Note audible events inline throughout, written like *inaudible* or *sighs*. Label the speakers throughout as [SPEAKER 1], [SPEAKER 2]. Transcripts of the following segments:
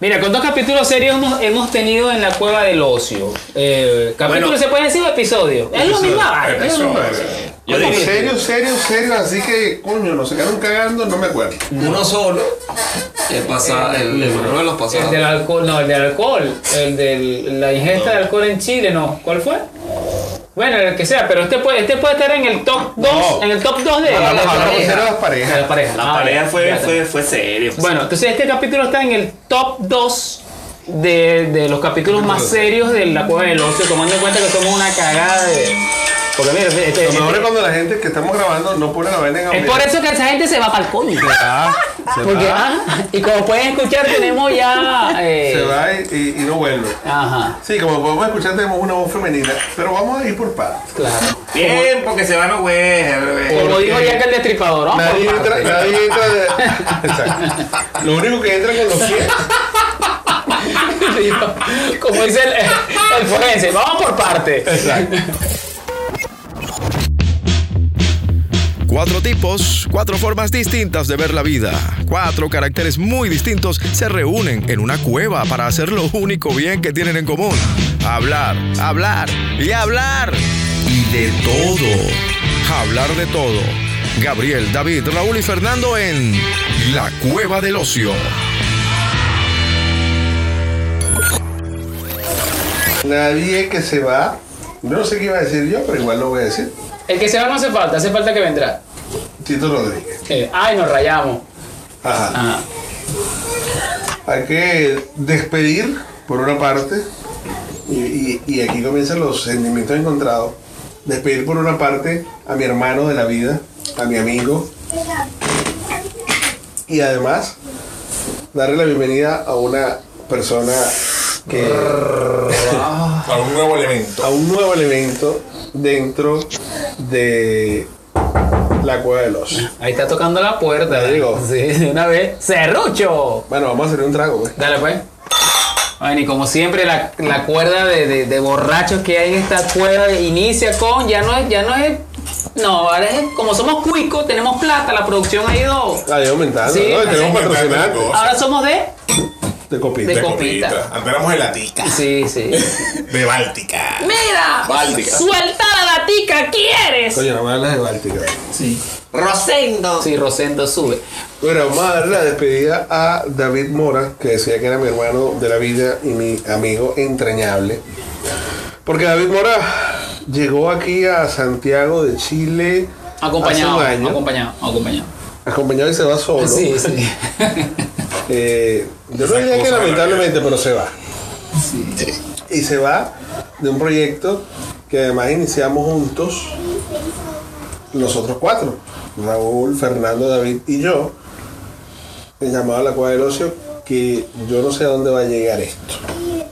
[SPEAKER 1] Mira, con dos capítulos serios hemos, hemos tenido en la cueva del ocio. Eh, capítulo
[SPEAKER 2] Bueno.
[SPEAKER 1] se puede decir o episodio. Es lo mismo. ah, Es lo mismo.
[SPEAKER 2] Yo
[SPEAKER 3] Oye,
[SPEAKER 2] dije-
[SPEAKER 3] serio, serio, serio, así que, coño, nos quedaron cagando, no me acuerdo.
[SPEAKER 4] Uno solo. El pasado, el, el error de los
[SPEAKER 1] El
[SPEAKER 4] pasados.
[SPEAKER 1] del alcohol, no, el del alcohol, el de la ingesta de alcohol en Chile, no. ¿Cuál fue? Bueno, el que sea, pero este puede, este puede estar en el top 2,
[SPEAKER 3] No.
[SPEAKER 1] en el top 2 de,
[SPEAKER 3] Hablamos,
[SPEAKER 1] de la
[SPEAKER 3] hablamos
[SPEAKER 1] pareja.
[SPEAKER 3] cero de las parejas.
[SPEAKER 1] De la pareja.
[SPEAKER 2] La
[SPEAKER 1] Ah,
[SPEAKER 2] pareja
[SPEAKER 1] ya,
[SPEAKER 2] fue,
[SPEAKER 1] ya.
[SPEAKER 2] fue, fue serio.
[SPEAKER 1] Bueno,
[SPEAKER 3] Pues
[SPEAKER 1] entonces este capítulo está en el top 2 de, de los capítulos más serios de La Cueva del Ocio, tomando en cuenta que somos una cagada de... Porque mira, este- este-
[SPEAKER 3] Lo mejor es cuando la gente que estamos grabando no pone la vaina en
[SPEAKER 1] es por eso que esa gente se va para el coño.
[SPEAKER 3] Se va, se
[SPEAKER 1] Porque,
[SPEAKER 3] va,
[SPEAKER 1] ah, y como pueden escuchar, tenemos ya... eh,
[SPEAKER 3] se va y, y- y no vuelve.
[SPEAKER 1] Ajá,
[SPEAKER 3] Sí, como podemos escuchar, tenemos una voz femenina, pero vamos a ir por partes.
[SPEAKER 1] claro.
[SPEAKER 2] Bien, porque se van a huejar.
[SPEAKER 1] Como
[SPEAKER 3] Porque
[SPEAKER 1] dijo ya que el destripador, ¿no?
[SPEAKER 3] Nadie
[SPEAKER 1] Por
[SPEAKER 3] entra,
[SPEAKER 1] parte.
[SPEAKER 3] nadie entra de... *laughs* Exacto. Lo único que entra con los pies.
[SPEAKER 1] *laughs* Como dice el, el forense, vamos por parte.
[SPEAKER 3] Exacto.
[SPEAKER 5] Cuatro tipos, cuatro formas distintas de ver la vida, cuatro caracteres muy distintos se reúnen en una cueva para hacer lo único bien que tienen en común. Hablar, hablar y hablar. Y de todo. Hablar de todo. Gabriel, David, Raúl y Fernando en La Cueva del Ocio.
[SPEAKER 3] Nadie que se va. No sé qué iba a decir yo, pero igual lo voy a decir.
[SPEAKER 1] El que se va no hace falta, hace falta que vendrá.
[SPEAKER 3] Tito Rodríguez.
[SPEAKER 1] Eh, ay, nos rayamos.
[SPEAKER 3] Ajá.
[SPEAKER 1] Ajá.
[SPEAKER 3] Hay que despedir, por una parte, y, y- y aquí comienzan los sentimientos encontrados. Despedir, por una parte, a mi hermano de la vida, a mi amigo. Y además, darle la bienvenida a una persona que.
[SPEAKER 6] a un nuevo elemento.
[SPEAKER 3] a un nuevo elemento dentro de la cueva de los.
[SPEAKER 1] Ahí está tocando la puerta.
[SPEAKER 3] Ya llegó.
[SPEAKER 1] Sí, de una vez. ¡Cerrucho!
[SPEAKER 3] Bueno, vamos a hacer un trago, pues.
[SPEAKER 1] Dale pues. Bueno, y como siempre, la, la cuerda de, de- de borrachos que hay en esta cueva inicia con. Ya no es. Ya no es no, ahora es. Como somos cuicos, tenemos plata, la producción ha ido.
[SPEAKER 3] Ah, ya aumentando,
[SPEAKER 1] Sí,
[SPEAKER 3] ¿no? Y tenemos
[SPEAKER 6] así.
[SPEAKER 3] patrocinante
[SPEAKER 1] Ahora somos de.
[SPEAKER 3] de copita.
[SPEAKER 1] De
[SPEAKER 6] De
[SPEAKER 1] copita.
[SPEAKER 6] copita. Antes éramos gelatica.
[SPEAKER 1] Sí,
[SPEAKER 3] *laughs*
[SPEAKER 1] sí.
[SPEAKER 6] De Báltica.
[SPEAKER 1] ¡Mira!
[SPEAKER 4] Báltica.
[SPEAKER 1] ¡Suelta la latica! ¿Quieres?
[SPEAKER 3] Coño, vamos a hablar de Báltica.
[SPEAKER 2] Rosendo.
[SPEAKER 1] Sí, Rosendo sube.
[SPEAKER 3] Bueno, vamos a darle la despedida a David Mora, que decía que era mi hermano de la vida y mi amigo entrañable. Porque David Mora llegó aquí a Santiago de Chile
[SPEAKER 1] Acompañado.
[SPEAKER 3] hace un año,
[SPEAKER 1] Acompañado, acompañado.
[SPEAKER 3] acompañado y se va solo.
[SPEAKER 1] Sí, sí.
[SPEAKER 3] Eh, yo no diría que lamentablemente, pero se va. Y se va de un proyecto que además iniciamos juntos nosotros cuatro, Raúl, Fernando, David y yo, el llamado a la cuadra del ocio, que yo no sé a dónde va a llegar esto.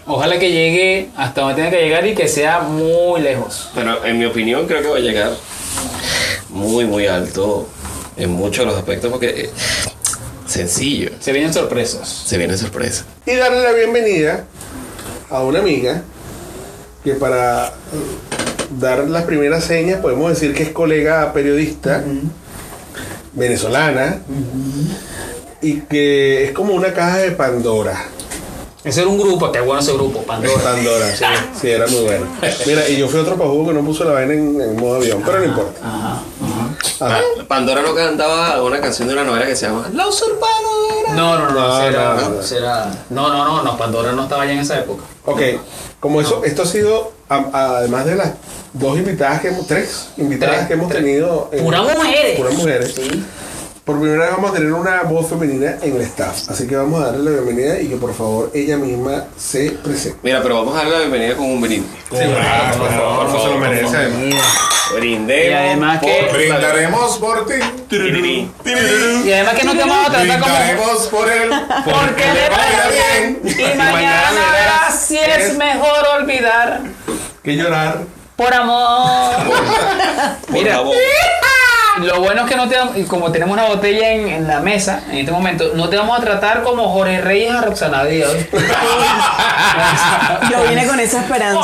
[SPEAKER 1] Ojalá que llegue hasta donde tenga que llegar y que sea muy lejos.
[SPEAKER 4] Pero en mi opinión creo que va a llegar muy, muy alto en muchos de los aspectos porque eh, sencillo.
[SPEAKER 1] Se vienen sorpresas.
[SPEAKER 4] Se viene sorpresa.
[SPEAKER 3] Y darle la bienvenida a una amiga que para eh, dar las primeras señas podemos decir que es colega periodista venezolana y que es como una caja de Pandora.
[SPEAKER 1] Ese era un grupo, qué bueno ese grupo, Pandora.
[SPEAKER 3] Oh, Pandora, sí, sí, era muy bueno. Mira, y yo fui otro pajugo que no puso la vaina en, en modo avión, pero no importa.
[SPEAKER 1] Ajá.
[SPEAKER 3] Ajá.
[SPEAKER 4] Pandora no cantaba una canción de una novela que se llama La usurpadora.
[SPEAKER 1] No, no, no,
[SPEAKER 3] No,
[SPEAKER 1] será,
[SPEAKER 3] no, no.
[SPEAKER 1] será- no, no, no, no, Pandora no estaba ya en esa época.
[SPEAKER 3] Ok, como eso, esto ha sido, a- a- además de las dos invitadas que hemos, tres invitadas
[SPEAKER 1] Tres,
[SPEAKER 3] que hemos
[SPEAKER 1] tres.
[SPEAKER 3] tenido. en-
[SPEAKER 1] Puras mujeres.
[SPEAKER 3] Puras mujeres.
[SPEAKER 1] Sí.
[SPEAKER 3] Por primera vez vamos a tener una voz femenina en el staff, así que vamos a darle la bienvenida y que por favor ella misma se presente.
[SPEAKER 4] Mira, pero vamos a darle la bienvenida con un brindante.
[SPEAKER 6] Claro, por favor,
[SPEAKER 3] no se lo merece.
[SPEAKER 4] Brindemos.
[SPEAKER 1] Y además
[SPEAKER 4] por
[SPEAKER 1] que-
[SPEAKER 4] la-
[SPEAKER 6] Brindaremos por ti. Tirirí, tirirí.
[SPEAKER 1] Y además que no te vamos a tratar como...
[SPEAKER 6] Brindaremos por él.
[SPEAKER 1] Porque le vaya bien y mañana verás si es mejor olvidar
[SPEAKER 3] Que llorar.
[SPEAKER 1] por amor.
[SPEAKER 4] por
[SPEAKER 1] Mira.
[SPEAKER 4] favor.
[SPEAKER 1] *laughs* Lo bueno es que no te damos- y como tenemos una botella en, en la mesa en este momento, no te vamos a tratar como Jorge Reyes a Roxana Díaz. Oh,
[SPEAKER 7] Yo vine con esa esperanza.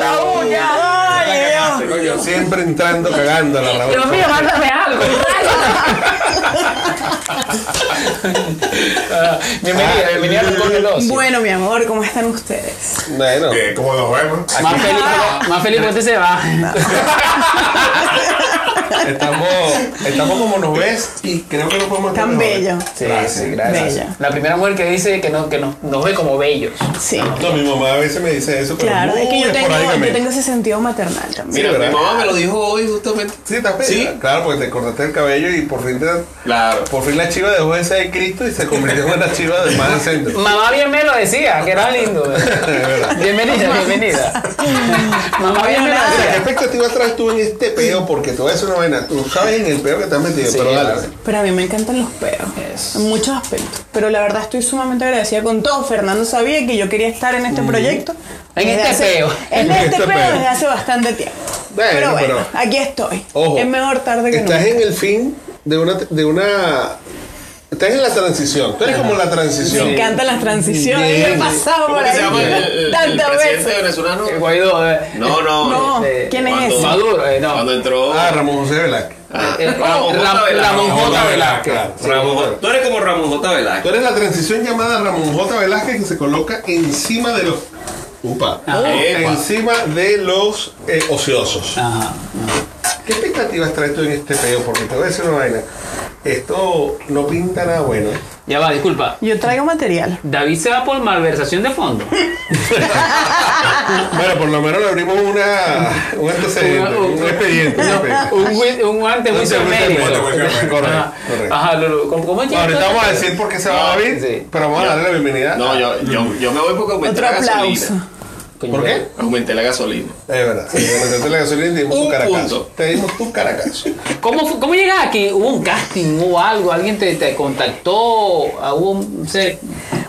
[SPEAKER 1] Raúl, oh, ya,
[SPEAKER 8] llevo.
[SPEAKER 3] Coño, siempre entrando cagando a la Raúl.
[SPEAKER 1] Dios mío, mándame algo. *laughs* bienvenida, bienvenida a Recorre 2.
[SPEAKER 7] Bueno, mi amor, ¿cómo están ustedes?
[SPEAKER 3] Bueno,
[SPEAKER 5] Eh, ¿Cómo nos vemos?
[SPEAKER 1] Más feliz, más feliz porque se *laughs* va.
[SPEAKER 3] estamos, estamos como nos ves y creo que no podemos estar
[SPEAKER 7] Tan
[SPEAKER 3] mejor.
[SPEAKER 7] bello.
[SPEAKER 1] Sí,
[SPEAKER 3] Gracias.
[SPEAKER 1] sí, gracias.
[SPEAKER 7] Bella.
[SPEAKER 1] La primera mujer que dice que, no, que no- nos ve como bellos.
[SPEAKER 7] Sí.
[SPEAKER 3] No, mi mamá a veces me dice eso, pero
[SPEAKER 7] Claro,
[SPEAKER 3] muy
[SPEAKER 7] es que yo tengo,
[SPEAKER 3] esporádicamente.
[SPEAKER 7] yo tengo ese sentido maternal también.
[SPEAKER 4] Mira,
[SPEAKER 3] ¿verdad?
[SPEAKER 4] mi mamá me lo dijo hoy justamente.
[SPEAKER 3] Sí, está bella.
[SPEAKER 4] Sí.
[SPEAKER 3] Claro, porque te cortaste el cabello y por fin te-
[SPEAKER 4] Claro.
[SPEAKER 3] por fin la chiva dejó de ser de Cristo y se convirtió en una chiva de más *laughs* decente.
[SPEAKER 1] Mamá bien me lo decía, que era lindo. Bienvenida, bienvenida. Mamá bien me lo
[SPEAKER 3] Mira, ¿Qué
[SPEAKER 1] decía.
[SPEAKER 3] expectativas traes tú en este peo? Porque tú es una vaina. Tú sabes en el peo que te has metido,
[SPEAKER 1] Sí,
[SPEAKER 3] pero dale.
[SPEAKER 1] vale.
[SPEAKER 7] Pero a mí me encantan los peos. En muchos aspectos. Pero la verdad estoy sumamente agradecida con todo. Fernando sabía que yo quería estar en este proyecto.
[SPEAKER 1] En
[SPEAKER 7] desde
[SPEAKER 1] este
[SPEAKER 7] hace-
[SPEAKER 1] peo.
[SPEAKER 7] En este
[SPEAKER 3] este
[SPEAKER 7] peo
[SPEAKER 3] peo.
[SPEAKER 7] desde hace bastante tiempo.
[SPEAKER 3] Bueno,
[SPEAKER 7] pero bueno,
[SPEAKER 3] pero-
[SPEAKER 7] aquí estoy.
[SPEAKER 3] Ojo.
[SPEAKER 7] es mejor tarde que
[SPEAKER 3] Estás
[SPEAKER 7] nunca.
[SPEAKER 3] en el fin de una, de una. Estás en la transición. Tú eres como la transición.
[SPEAKER 7] Me encantan las transiciones.
[SPEAKER 3] Bien.
[SPEAKER 7] Yo he pasado
[SPEAKER 4] ¿Cómo
[SPEAKER 7] por
[SPEAKER 4] que
[SPEAKER 7] ahí
[SPEAKER 4] se llama el, el- el
[SPEAKER 7] tantas
[SPEAKER 4] presidente
[SPEAKER 7] veces.
[SPEAKER 4] venezolano?
[SPEAKER 1] El Guaidó. eh,
[SPEAKER 4] No, no.
[SPEAKER 7] No,
[SPEAKER 1] eh,
[SPEAKER 7] ¿quién es
[SPEAKER 4] cuando-
[SPEAKER 7] ese?
[SPEAKER 1] Maduro, eh, no.
[SPEAKER 4] Cuando entró.
[SPEAKER 3] Ah, Ramón José Velázquez.
[SPEAKER 4] Ah,
[SPEAKER 1] Eh,
[SPEAKER 4] Ramón
[SPEAKER 1] Ra-
[SPEAKER 4] J. Velázquez.
[SPEAKER 1] Ramón J.
[SPEAKER 5] Velázquez.
[SPEAKER 1] Velázquez.
[SPEAKER 4] Ramón J. Tú eres como Ramón J.
[SPEAKER 3] Tú
[SPEAKER 4] Velázquez.
[SPEAKER 3] eres la transición llamada Ramón J. Velázquez que se coloca encima de los. Upa.
[SPEAKER 1] Ah,
[SPEAKER 4] epa.
[SPEAKER 3] Encima de los eh, ociosos.
[SPEAKER 1] Ajá.
[SPEAKER 3] ¿Qué expectativas traes tú en este peo? Porque te voy a decir una vaina. Esto no pinta nada bueno.
[SPEAKER 1] Ya va, disculpa.
[SPEAKER 7] Yo traigo material.
[SPEAKER 1] David se va por malversación de fondo.
[SPEAKER 3] Bueno, por lo menos le abrimos una, un antecedente, un expediente. un expediente.
[SPEAKER 1] un, wi- un antejuicio
[SPEAKER 3] Un antejuicio
[SPEAKER 1] médico.
[SPEAKER 3] médico,
[SPEAKER 1] Ajá.
[SPEAKER 3] correcto, correcto.
[SPEAKER 1] Ajá, Lulu, ¿cómo, cómo es que-
[SPEAKER 3] Ahorita vamos a decir por qué se va David,
[SPEAKER 1] Sí.
[SPEAKER 3] pero vamos a darle la bienvenida.
[SPEAKER 4] No, yo, yo, yo me voy porque aumenté
[SPEAKER 7] Otro
[SPEAKER 4] la
[SPEAKER 7] aplauso.
[SPEAKER 4] gasolina.
[SPEAKER 1] Coño,
[SPEAKER 3] ¿Por qué?
[SPEAKER 4] Aumenté la gasolina.
[SPEAKER 3] Es verdad. Sí, cuando entraste en la gasolina te dimos
[SPEAKER 4] Un
[SPEAKER 3] tu caracazo.
[SPEAKER 4] punto.
[SPEAKER 3] Te dimos tu caracazo.
[SPEAKER 1] ¿Cómo, fu- ¿Cómo llegas aquí? ¿Hubo un casting? ¿Hubo algo? ¿Alguien te, te contactó? ¿Ah, ¿Hubo un.? se-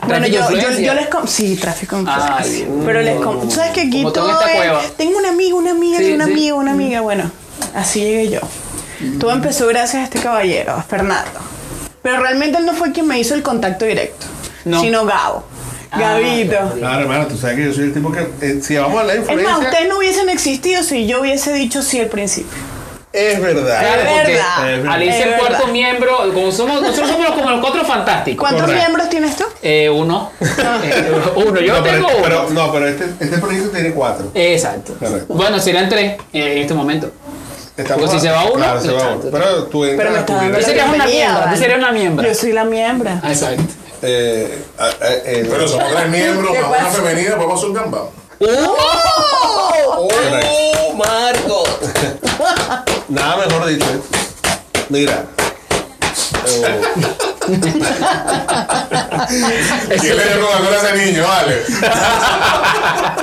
[SPEAKER 7] Bueno,
[SPEAKER 1] tráfico de
[SPEAKER 7] yo, yo, yo
[SPEAKER 1] influencia?
[SPEAKER 7] les com- Sí, tráfico en
[SPEAKER 1] Ay,
[SPEAKER 7] influencia.
[SPEAKER 1] no,
[SPEAKER 7] Pero les
[SPEAKER 1] no,
[SPEAKER 7] com-
[SPEAKER 1] no.
[SPEAKER 7] ¿Sabes que aquí
[SPEAKER 1] Como todo
[SPEAKER 7] todo
[SPEAKER 1] en esta
[SPEAKER 7] es-
[SPEAKER 1] cueva.
[SPEAKER 7] Tengo una amiga, una amiga,
[SPEAKER 1] Sí,
[SPEAKER 7] de una
[SPEAKER 1] sí. Mm.
[SPEAKER 7] amiga, una amiga. Bueno, así llegué yo. Todo empezó gracias a este caballero, a Fernando. Pero realmente él no fue quien me hizo el contacto directo,
[SPEAKER 1] No.
[SPEAKER 7] sino Gabo.
[SPEAKER 1] Ah,
[SPEAKER 7] Gabito.
[SPEAKER 3] Claro, hermano, tú sabes que yo soy el tipo que. eh, si vamos a la
[SPEAKER 7] Es más,
[SPEAKER 3] influencia.
[SPEAKER 7] ustedes no hubiesen existido si yo hubiese dicho sí al principio.
[SPEAKER 3] Es verdad.
[SPEAKER 1] Claro,
[SPEAKER 7] Es
[SPEAKER 1] porque
[SPEAKER 7] verdad.
[SPEAKER 1] Al irse
[SPEAKER 7] Es
[SPEAKER 1] el cuarto
[SPEAKER 7] verdad.
[SPEAKER 1] miembro, como somos, nosotros somos como los cuatro fantásticos.
[SPEAKER 7] ¿Cuántos
[SPEAKER 3] Correcto.
[SPEAKER 7] miembros tienes tú?
[SPEAKER 1] Eh,
[SPEAKER 7] *laughs*
[SPEAKER 1] uno. Eh, uno, yo
[SPEAKER 3] no,
[SPEAKER 1] tengo
[SPEAKER 3] pero,
[SPEAKER 1] uno.
[SPEAKER 3] pero- no, pero este, este proyecto tiene cuatro.
[SPEAKER 1] Exacto.
[SPEAKER 3] Correcto.
[SPEAKER 1] Bueno, serían tres eh, en este momento.
[SPEAKER 3] Estamos
[SPEAKER 1] Porque si
[SPEAKER 3] a-
[SPEAKER 1] se va uno,
[SPEAKER 3] Claro, se va
[SPEAKER 1] exacto.
[SPEAKER 3] uno. Pero tú entras
[SPEAKER 7] Pero me
[SPEAKER 3] a tu
[SPEAKER 7] está dando
[SPEAKER 1] Tú
[SPEAKER 7] la
[SPEAKER 1] serías una
[SPEAKER 7] bienvenida,
[SPEAKER 1] miembra, tú
[SPEAKER 7] vale.
[SPEAKER 1] serías una miembra.
[SPEAKER 7] Yo soy la miembra.
[SPEAKER 1] Ah, Exacto.
[SPEAKER 3] Eh, a- a- eh,
[SPEAKER 5] Pero somos
[SPEAKER 7] *laughs*
[SPEAKER 5] tres miembros,
[SPEAKER 7] ¿Qué
[SPEAKER 5] más una
[SPEAKER 7] pasa?
[SPEAKER 5] femenina, podemos hacer un gamba.
[SPEAKER 3] correcto.
[SPEAKER 4] ¡Oh, Marco!
[SPEAKER 3] Nada mejor dicho. ¿eh? Mira. Eh,
[SPEAKER 5] ¿Quién le dio Coca-Cola a ese niño? Vale.
[SPEAKER 4] *laughs*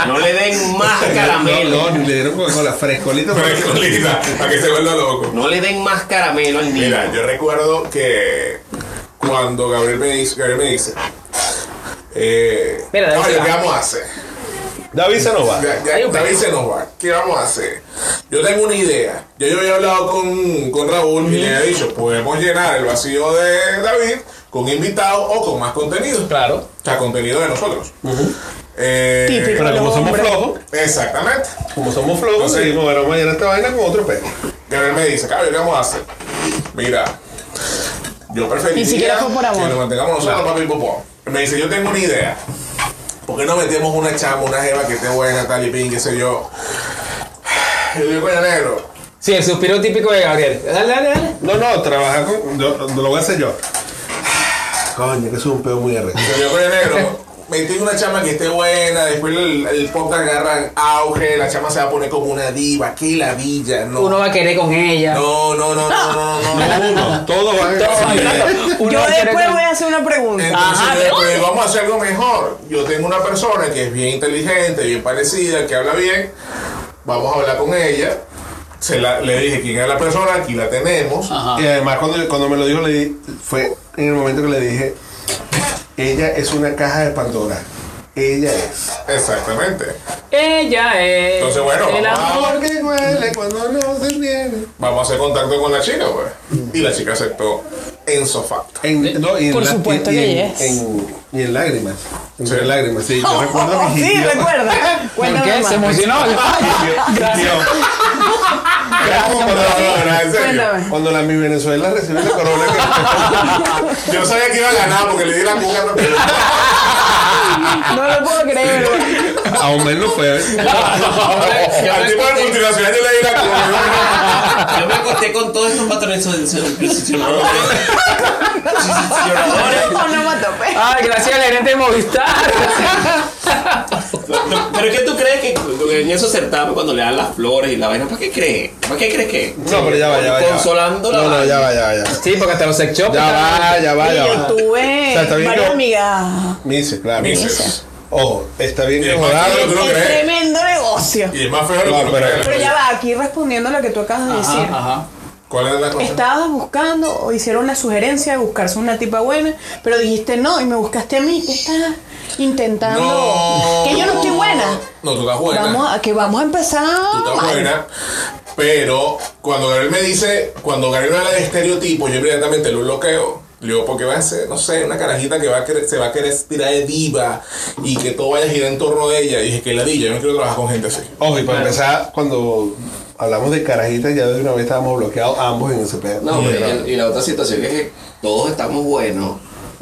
[SPEAKER 4] No le den más caramelo.
[SPEAKER 3] No, no, le dieron Coca-Cola frescolito.
[SPEAKER 5] Pero es colita, para que se vuelva loco.
[SPEAKER 4] No le den más caramelo al niño.
[SPEAKER 5] Mira, yo recuerdo que cuando Gabriel me dice, Gabriel me dice, eh,
[SPEAKER 1] Mira, David se
[SPEAKER 5] "Oye,
[SPEAKER 1] va".
[SPEAKER 5] ¿qué vamos a hacer?
[SPEAKER 3] David se nos va.
[SPEAKER 5] Ya- ya-
[SPEAKER 1] Hay un
[SPEAKER 5] David
[SPEAKER 1] peo.
[SPEAKER 5] se nos va. ¿Qué vamos a hacer? Yo tengo una idea. Ya yo había hablado con, con Raúl y le había dicho, podemos llenar el vacío de David con invitados o con más contenido.
[SPEAKER 1] Claro.
[SPEAKER 5] O sea, contenido de nosotros. Eh,
[SPEAKER 7] Típico.
[SPEAKER 3] Pero como somos
[SPEAKER 7] Hombre.
[SPEAKER 3] flojos,
[SPEAKER 5] Exactamente.
[SPEAKER 3] como somos flojos,
[SPEAKER 5] Sí.
[SPEAKER 3] seguimos, pero vamos a llenar esta vaina con otro pez.
[SPEAKER 5] Gabriel me dice, Gabriel, ¿qué vamos a hacer? Mira, yo preferiría
[SPEAKER 7] Ni siquiera fue por amor.
[SPEAKER 5] que nos mantengamos nosotros, papi y popó. Me dice, yo tengo una idea. ¿Por qué no metemos una chama, una jeva que esté buena, tal y pin, qué sé yo? Y yo digo, coño, negro.
[SPEAKER 1] Sí, el suspiro típico de Gabriel. Dale, dale, dale.
[SPEAKER 3] No, no, trabajar con. Yo, lo voy a hacer yo. *sighs* Coño, que eso es un peo muy arrecho.
[SPEAKER 5] Y yo digo, coño, negro. Metí una chama que esté buena, después el, el podcast agarra auge, la chama se va a poner como una diva, que la villa, no.
[SPEAKER 1] Uno va a querer con ella.
[SPEAKER 5] No, no, no, no, no, no, no.
[SPEAKER 3] Uno, todos van a
[SPEAKER 1] Todo, exacto. Uno
[SPEAKER 7] Yo
[SPEAKER 1] va a querer
[SPEAKER 7] después
[SPEAKER 1] con-
[SPEAKER 7] voy a hacer una pregunta.
[SPEAKER 5] Entonces
[SPEAKER 1] Ajá,
[SPEAKER 5] yo
[SPEAKER 1] pero-
[SPEAKER 5] digo, "Oye, vamos a hacer algo mejor. Yo tengo una persona que es bien inteligente, bien parecida, que habla bien. Vamos a hablar con ella. Se la- le dije quién es la persona, aquí la tenemos.
[SPEAKER 1] Ajá.
[SPEAKER 3] Y además, cuando, cuando me lo dijo, le di- fue en el momento que le dije: Ella es una caja de Pandora. Ella es.
[SPEAKER 5] Exactamente.
[SPEAKER 1] Ella es
[SPEAKER 6] Entonces, bueno,
[SPEAKER 1] el
[SPEAKER 6] vamos a-
[SPEAKER 1] amor.
[SPEAKER 3] Porque duele cuando no se viene.
[SPEAKER 6] Vamos a hacer contacto con la chica, pues. Y la chica aceptó en sofá.
[SPEAKER 3] En, no, y en
[SPEAKER 7] Eh, Por
[SPEAKER 3] la-
[SPEAKER 7] supuesto
[SPEAKER 3] y, y
[SPEAKER 7] que
[SPEAKER 3] en,
[SPEAKER 7] yes.
[SPEAKER 3] en- y en lágrimas. Entre
[SPEAKER 6] Sí.
[SPEAKER 3] lágrimas, sí.
[SPEAKER 7] *laughs*
[SPEAKER 3] Yo recuerdo que
[SPEAKER 7] Sí,
[SPEAKER 3] Gigio-
[SPEAKER 7] recuerda.
[SPEAKER 1] ¿Por qué?
[SPEAKER 7] Cuéntame
[SPEAKER 1] Se
[SPEAKER 7] más. *laughs*
[SPEAKER 1] emocionó. Gracias.
[SPEAKER 6] No, no, no, no, en serio.
[SPEAKER 7] Cuéntame.
[SPEAKER 3] Cuando la mi Venezuela recibió la corona
[SPEAKER 6] *laughs* Yo sabía que iba a ganar porque le di la cuca rápido.
[SPEAKER 7] No lo puedo creer.
[SPEAKER 3] que- a Homer no
[SPEAKER 7] *laughs*
[SPEAKER 3] fue.
[SPEAKER 6] Al tipo de multinacional yo le di la cuca.
[SPEAKER 4] Yo me acosté con todos estos patrones posicionadores.
[SPEAKER 7] Onomatope.
[SPEAKER 1] Ay, gracias al gerente de Movistar.
[SPEAKER 4] ¿Pero qué tú crees que en esos certamen cuando le dan las flores y la vaina, ¿para qué crees? ¿Para qué crees que?
[SPEAKER 3] No, pero ya va, ya va. ya va.
[SPEAKER 4] Consolando la
[SPEAKER 3] No, no,
[SPEAKER 4] vaina.
[SPEAKER 3] ya va, ya va, ya va.
[SPEAKER 1] Sí, porque hasta los sex shops.
[SPEAKER 3] Ya
[SPEAKER 1] están-
[SPEAKER 3] va, ya va,
[SPEAKER 7] Y
[SPEAKER 3] ya
[SPEAKER 7] yo
[SPEAKER 3] va.
[SPEAKER 7] tuve
[SPEAKER 3] O sea, está bien
[SPEAKER 7] varias
[SPEAKER 3] que- Ah,
[SPEAKER 7] amigas.
[SPEAKER 3] Mises, claro.
[SPEAKER 6] Mises.
[SPEAKER 3] Ojo, está bien
[SPEAKER 6] Y es
[SPEAKER 3] que
[SPEAKER 6] más
[SPEAKER 3] jodaron,
[SPEAKER 6] que tú lo
[SPEAKER 7] Qué
[SPEAKER 6] crees.
[SPEAKER 7] tremendo negocio.
[SPEAKER 6] Y es más feo
[SPEAKER 3] Claro,
[SPEAKER 6] lo que
[SPEAKER 3] pero-
[SPEAKER 6] no
[SPEAKER 7] Pero ya va, aquí respondiendo a lo que tú acabas de decir.
[SPEAKER 1] Ajá.
[SPEAKER 6] ¿Cuál es la cosa?
[SPEAKER 7] Estabas buscando o hicieron la sugerencia de buscarse una tipa buena, pero dijiste no y me buscaste a mí. ¿Qué estás intentando? Que yo no estoy buena.
[SPEAKER 6] No, tú estás buena.
[SPEAKER 7] Vamos a que vamos a empezar.
[SPEAKER 6] Tú estás buena. Pero cuando Gabriel me dice, cuando Gabriel me habla de estereotipos, yo inmediatamente lo bloqueo. Le digo, porque va a ser, no sé, una carajita que va a querer- se va a querer tirar de diva y que todo vaya a girar en torno de ella. Y dije, que ladilla, yo no quiero trabajar con gente así.
[SPEAKER 3] Ojo, y para empezar, cuando hablamos de carajitas, ya de una vez estábamos bloqueados ambos en ese pedo.
[SPEAKER 4] No,
[SPEAKER 3] Sí,
[SPEAKER 4] hombre,
[SPEAKER 3] claro.
[SPEAKER 4] y, y la otra situación es que todos estamos buenos.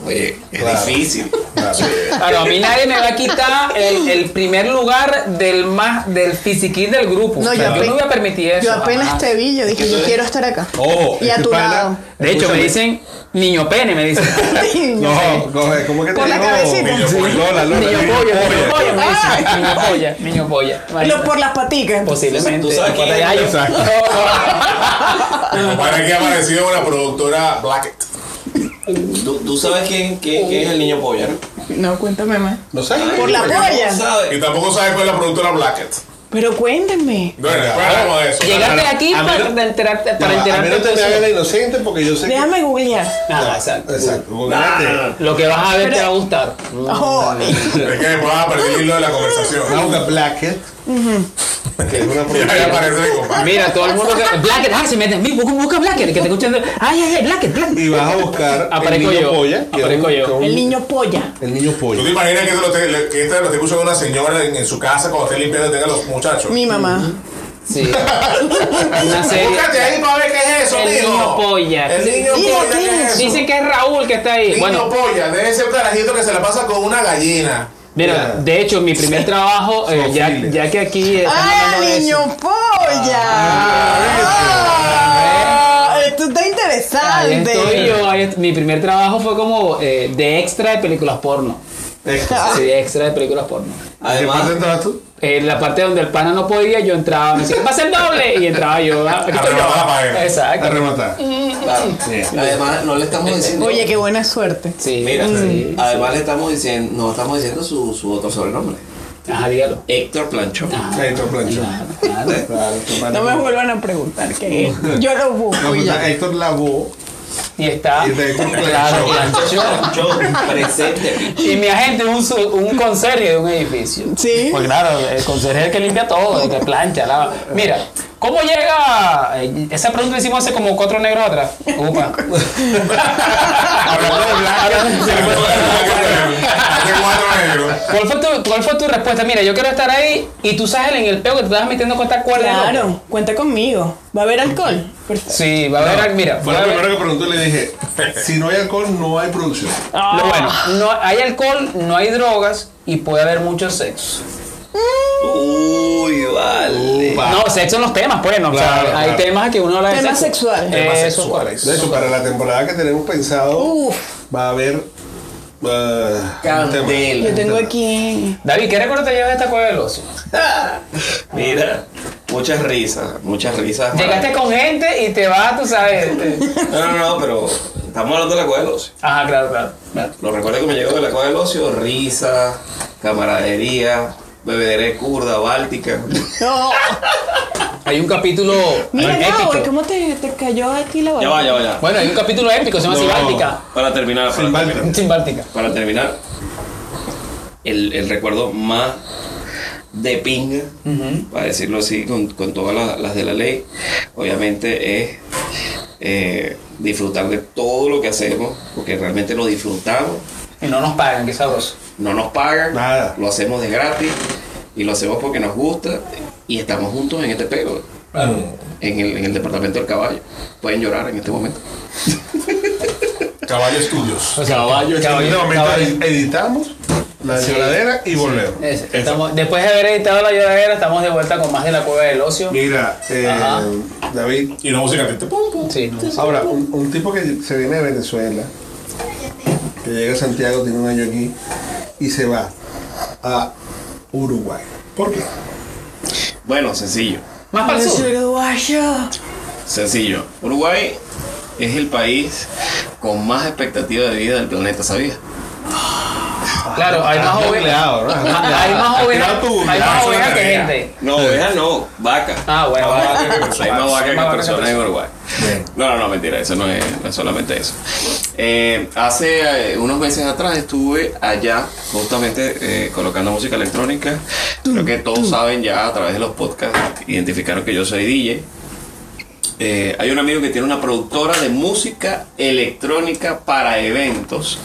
[SPEAKER 4] Oye, es
[SPEAKER 3] Claro.
[SPEAKER 4] difícil.
[SPEAKER 3] Claro.
[SPEAKER 1] Claro, a mí nadie me va a quitar el, el primer lugar del más del fisiquín del grupo.
[SPEAKER 7] No, yo,
[SPEAKER 1] yo,
[SPEAKER 7] ape-
[SPEAKER 1] no voy a permitir eso.
[SPEAKER 7] yo apenas
[SPEAKER 1] jamás.
[SPEAKER 7] te vi, yo dije, yo quiero estar acá.
[SPEAKER 1] "Oh,
[SPEAKER 3] Ojo,
[SPEAKER 7] y a
[SPEAKER 3] este
[SPEAKER 7] tu
[SPEAKER 1] *laughs*
[SPEAKER 3] pana-
[SPEAKER 7] lado.
[SPEAKER 1] De hecho, me
[SPEAKER 3] Escúchame.
[SPEAKER 1] dicen niño pene, me dicen.
[SPEAKER 3] *laughs*
[SPEAKER 7] *laughs*
[SPEAKER 3] No, coge, ¿cómo que te
[SPEAKER 7] Por la
[SPEAKER 3] digo?
[SPEAKER 7] cabecita.
[SPEAKER 3] Niño pollo. Lola, Lola,
[SPEAKER 1] niño
[SPEAKER 3] niño
[SPEAKER 1] pollo,
[SPEAKER 3] pollo.
[SPEAKER 1] niño pollo, me dicen.
[SPEAKER 7] Ah.
[SPEAKER 1] Niño polla, niño polla.
[SPEAKER 7] Lo- por las paticas.
[SPEAKER 1] Posiblemente.
[SPEAKER 4] Tú sabes
[SPEAKER 1] Por
[SPEAKER 4] quién es,
[SPEAKER 1] allá yo-
[SPEAKER 6] *laughs*
[SPEAKER 1] *laughs*
[SPEAKER 6] Para que ha aparecido una productora Blackett.
[SPEAKER 4] ¿Tú, tú sabes quién, quién, quién es el niño polla? ¿no?
[SPEAKER 7] No, cuéntame más.
[SPEAKER 3] No sé.
[SPEAKER 7] Por la
[SPEAKER 4] ¿Tú
[SPEAKER 7] polla.
[SPEAKER 6] Y
[SPEAKER 4] sabes?
[SPEAKER 6] tampoco sabes cuál es la productora Blackett.
[SPEAKER 7] Pero cuéntenme.
[SPEAKER 6] Bueno, después hablamos de eso.
[SPEAKER 1] Llegaste
[SPEAKER 3] A mí-
[SPEAKER 1] aquí
[SPEAKER 3] a mí
[SPEAKER 1] para
[SPEAKER 3] no-
[SPEAKER 1] enterarte,
[SPEAKER 3] Ya
[SPEAKER 1] para
[SPEAKER 3] va, a mí
[SPEAKER 1] enterarte
[SPEAKER 3] no
[SPEAKER 1] de
[SPEAKER 3] te me
[SPEAKER 1] eso.
[SPEAKER 3] hagas la inocente porque yo sé que.
[SPEAKER 7] Déjame googlear.
[SPEAKER 1] Nada, exacto.
[SPEAKER 3] Exacto.
[SPEAKER 4] Nah.
[SPEAKER 3] Google.
[SPEAKER 1] Lo que vas a ver te va a gustar.
[SPEAKER 7] Ay,
[SPEAKER 6] Es que después va a perder el hilo de la conversación.
[SPEAKER 3] Nauga Blackhead. Que es una
[SPEAKER 6] Y
[SPEAKER 1] *laughs*
[SPEAKER 6] ahí
[SPEAKER 3] productora.
[SPEAKER 6] aparece mi compadre.
[SPEAKER 1] Mira, todo el mundo que. Blackhead, ah, se meten. Mira, busca, busca Blackhead, que te escuchan. Ay, ay, ay, Blackhead, Blackhead.
[SPEAKER 3] Y vas a buscar el
[SPEAKER 1] Aparezco
[SPEAKER 3] niño
[SPEAKER 1] yo.
[SPEAKER 3] polla. que es
[SPEAKER 1] Aparezco
[SPEAKER 3] un-
[SPEAKER 1] yo.
[SPEAKER 3] que es un-
[SPEAKER 7] El niño polla.
[SPEAKER 3] El niño
[SPEAKER 6] ¿Tú te
[SPEAKER 3] pollo.
[SPEAKER 6] imaginas que, esto lo te- que este lo esté escuchando una señora en, en su casa cuando esté limpiando y tenga a los muchachos?
[SPEAKER 7] Mi mamá.
[SPEAKER 1] Sí. *laughs* Una serie.
[SPEAKER 6] Búscate ahí para ver qué es eso,
[SPEAKER 1] El
[SPEAKER 6] mijo.
[SPEAKER 1] niño polla.
[SPEAKER 6] El niño
[SPEAKER 7] Mira,
[SPEAKER 6] polla,
[SPEAKER 7] ¿qué
[SPEAKER 6] ¿qué
[SPEAKER 7] es?
[SPEAKER 6] es eso?
[SPEAKER 1] Dicen que es Raúl que está ahí.
[SPEAKER 6] Niño
[SPEAKER 1] Bueno,
[SPEAKER 6] polla, debe ser un carajito que se la pasa con una gallina.
[SPEAKER 1] mira, de hecho, mi primer trabajo, eh, ya,
[SPEAKER 3] Zoofilia.
[SPEAKER 1] ya que aquí. están hablando de
[SPEAKER 7] ¡Ah,
[SPEAKER 1] eso.
[SPEAKER 7] niño polla! Ah, esto está
[SPEAKER 1] Ahí
[SPEAKER 7] interesante.
[SPEAKER 1] estoy yo. ahí est- mi primer trabajo fue como eh, de extra de películas porno. Sí, de extra de películas porno.
[SPEAKER 3] ¿Qué parte
[SPEAKER 4] Además,
[SPEAKER 3] entrabas tú?
[SPEAKER 1] En la parte donde el pana no podía, yo entraba, me decía, ¿qué pasa el doble? Y entraba yo.
[SPEAKER 3] *laughs*
[SPEAKER 1] ah, aquí estoy yo.
[SPEAKER 6] rebajar para él.
[SPEAKER 3] A
[SPEAKER 1] Exacto.
[SPEAKER 3] rematar.
[SPEAKER 4] claro, además, no le estamos diciendo.
[SPEAKER 7] Oye, qué buena suerte.
[SPEAKER 1] Sí,
[SPEAKER 4] Mira,
[SPEAKER 1] sí.
[SPEAKER 4] además le estamos diciendo, no estamos diciendo su, su otro sobrenombre.
[SPEAKER 1] Ajá, dígalo.
[SPEAKER 4] Héctor Planchón.
[SPEAKER 7] Ah.
[SPEAKER 3] Héctor Planchón.
[SPEAKER 1] Claro.
[SPEAKER 3] Claro, tu pana-
[SPEAKER 7] No me vuelvan a preguntar que yo lo
[SPEAKER 3] No,
[SPEAKER 7] busco.
[SPEAKER 3] pues,
[SPEAKER 7] y ya.
[SPEAKER 3] Héctor lavó.
[SPEAKER 1] Y está.
[SPEAKER 3] Y
[SPEAKER 1] *laughs*
[SPEAKER 3] de- *laughs*
[SPEAKER 1] Claro, Planchón.
[SPEAKER 4] presente.
[SPEAKER 1] Y mi agente es un, su- un conserje de un edificio.
[SPEAKER 7] Sí.
[SPEAKER 1] Pues claro, el conserje es el que limpia todo, el que plancha, lava. Mira, ¿cómo llega? eh, Esa pregunta la hicimos hace como cuatro negros atrás.
[SPEAKER 7] *laughs*
[SPEAKER 1] Upa.
[SPEAKER 6] Hablando de Hace cuatro negros.
[SPEAKER 1] ¿Cuál fue, tu, ¿Cuál fue tu respuesta? Mira, yo quiero estar ahí y tú sabes en el peo que te estabas metiendo con esta cuerda. loco.
[SPEAKER 7] Claro, cuenta conmigo. ¿Va a haber alcohol? Perfecto.
[SPEAKER 1] Sí, va a haber, mira,
[SPEAKER 3] Fue
[SPEAKER 1] va
[SPEAKER 3] lo
[SPEAKER 1] a haber-
[SPEAKER 3] primero que preguntó y le dije: si no hay alcohol, no hay producción.
[SPEAKER 1] lo bueno, no hay alcohol, no hay drogas y puede haber mucho sexo.
[SPEAKER 4] Uy, vale.
[SPEAKER 1] No, sexo en los temas, pues, no. o sea,
[SPEAKER 3] Claro,
[SPEAKER 1] hay
[SPEAKER 3] claro.
[SPEAKER 1] temas que uno habla de
[SPEAKER 7] Temas
[SPEAKER 1] sexo.
[SPEAKER 7] sexuales.
[SPEAKER 1] Eh,
[SPEAKER 6] Temas
[SPEAKER 1] Eso.
[SPEAKER 6] sexuales.
[SPEAKER 3] De hecho, para la temporada que tenemos pensado,
[SPEAKER 7] Uf,
[SPEAKER 3] va a haber. ah, un tema.
[SPEAKER 4] Candela.
[SPEAKER 7] yo tengo aquí.
[SPEAKER 1] David, ¿qué recuerdo te llevas de esta cueva del ocio?
[SPEAKER 4] *laughs* Mira, muchas risas, muchas risas.
[SPEAKER 1] Llegaste con gente y te vas, tú sabes.
[SPEAKER 7] *laughs*
[SPEAKER 1] te-
[SPEAKER 4] No, no, no, pero estamos hablando de la cueva del ocio.
[SPEAKER 1] Ajá, claro, claro. claro.
[SPEAKER 4] Los recuerdos que me llegó de la cueva del ocio, risa, camaradería, bebederé kurda, báltica.
[SPEAKER 7] No.
[SPEAKER 1] Hay un capítulo
[SPEAKER 7] Mira,
[SPEAKER 1] épico.
[SPEAKER 7] Gabo, ¿cómo te, te cayó aquí la
[SPEAKER 4] Ya
[SPEAKER 7] barba?
[SPEAKER 4] va, ya va, ya.
[SPEAKER 1] Bueno, hay un capítulo épico, se llama
[SPEAKER 3] No.
[SPEAKER 1] Simbáltica.
[SPEAKER 4] Para terminar, para
[SPEAKER 3] Sin
[SPEAKER 4] terminar.
[SPEAKER 3] Báltica.
[SPEAKER 1] Simbáltica.
[SPEAKER 4] Para terminar, el, el recuerdo más de pinga, para decirlo así, con, con todas las, las de la ley, obviamente es eh, disfrutar de todo lo que hacemos, porque realmente lo disfrutamos,
[SPEAKER 1] Y no nos pagan, qué sabroso.
[SPEAKER 4] no nos pagan,
[SPEAKER 3] Nada.
[SPEAKER 4] lo hacemos de gratis y lo hacemos porque nos gusta y estamos juntos en este pego,
[SPEAKER 3] Ah,
[SPEAKER 4] en el, en el departamento del caballo. Pueden llorar en este momento.
[SPEAKER 6] Caballo Studios.
[SPEAKER 1] O sea,
[SPEAKER 3] Caballo, en este momento edi- editamos la
[SPEAKER 1] Sí.
[SPEAKER 3] lloradera y volvemos.
[SPEAKER 1] Es- estamos- después de haber editado la lloradera, estamos de vuelta con más de la cueva del ocio.
[SPEAKER 3] Mira, eh,
[SPEAKER 1] Ajá.
[SPEAKER 3] David,
[SPEAKER 6] Y no música triste. Pum, pum.
[SPEAKER 1] Sí, no.
[SPEAKER 3] ahora, un, un tipo que se viene de Venezuela, que llega a Santiago, tiene un año aquí, y se va a Uruguay. ¿Por qué?
[SPEAKER 4] Bueno, sencillo.
[SPEAKER 1] Más para el
[SPEAKER 7] Yo soy
[SPEAKER 1] sur.
[SPEAKER 7] uruguayo.
[SPEAKER 4] Sencillo. Uruguay es el país con más expectativa de vida del planeta, ¿sabías?
[SPEAKER 1] Claro,
[SPEAKER 3] Ah,
[SPEAKER 1] hay más ovejas. Hay más ovejas. Hay más ovejas que gente.
[SPEAKER 4] No, oveja no, vaca.
[SPEAKER 1] Ah, bueno, vale.
[SPEAKER 4] Hay más vaca
[SPEAKER 1] Más
[SPEAKER 4] que
[SPEAKER 1] vaca
[SPEAKER 4] personas
[SPEAKER 1] que
[SPEAKER 4] en Uruguay. No, no, no, mentira, eso no es, no es solamente eso. Eh, hace eh, unos meses atrás estuve allá justamente eh, colocando música electrónica. Creo que todos saben ya a través de los podcasts, identificaron que yo soy DJ. Eh, hay un amigo que tiene una productora de música electrónica para eventos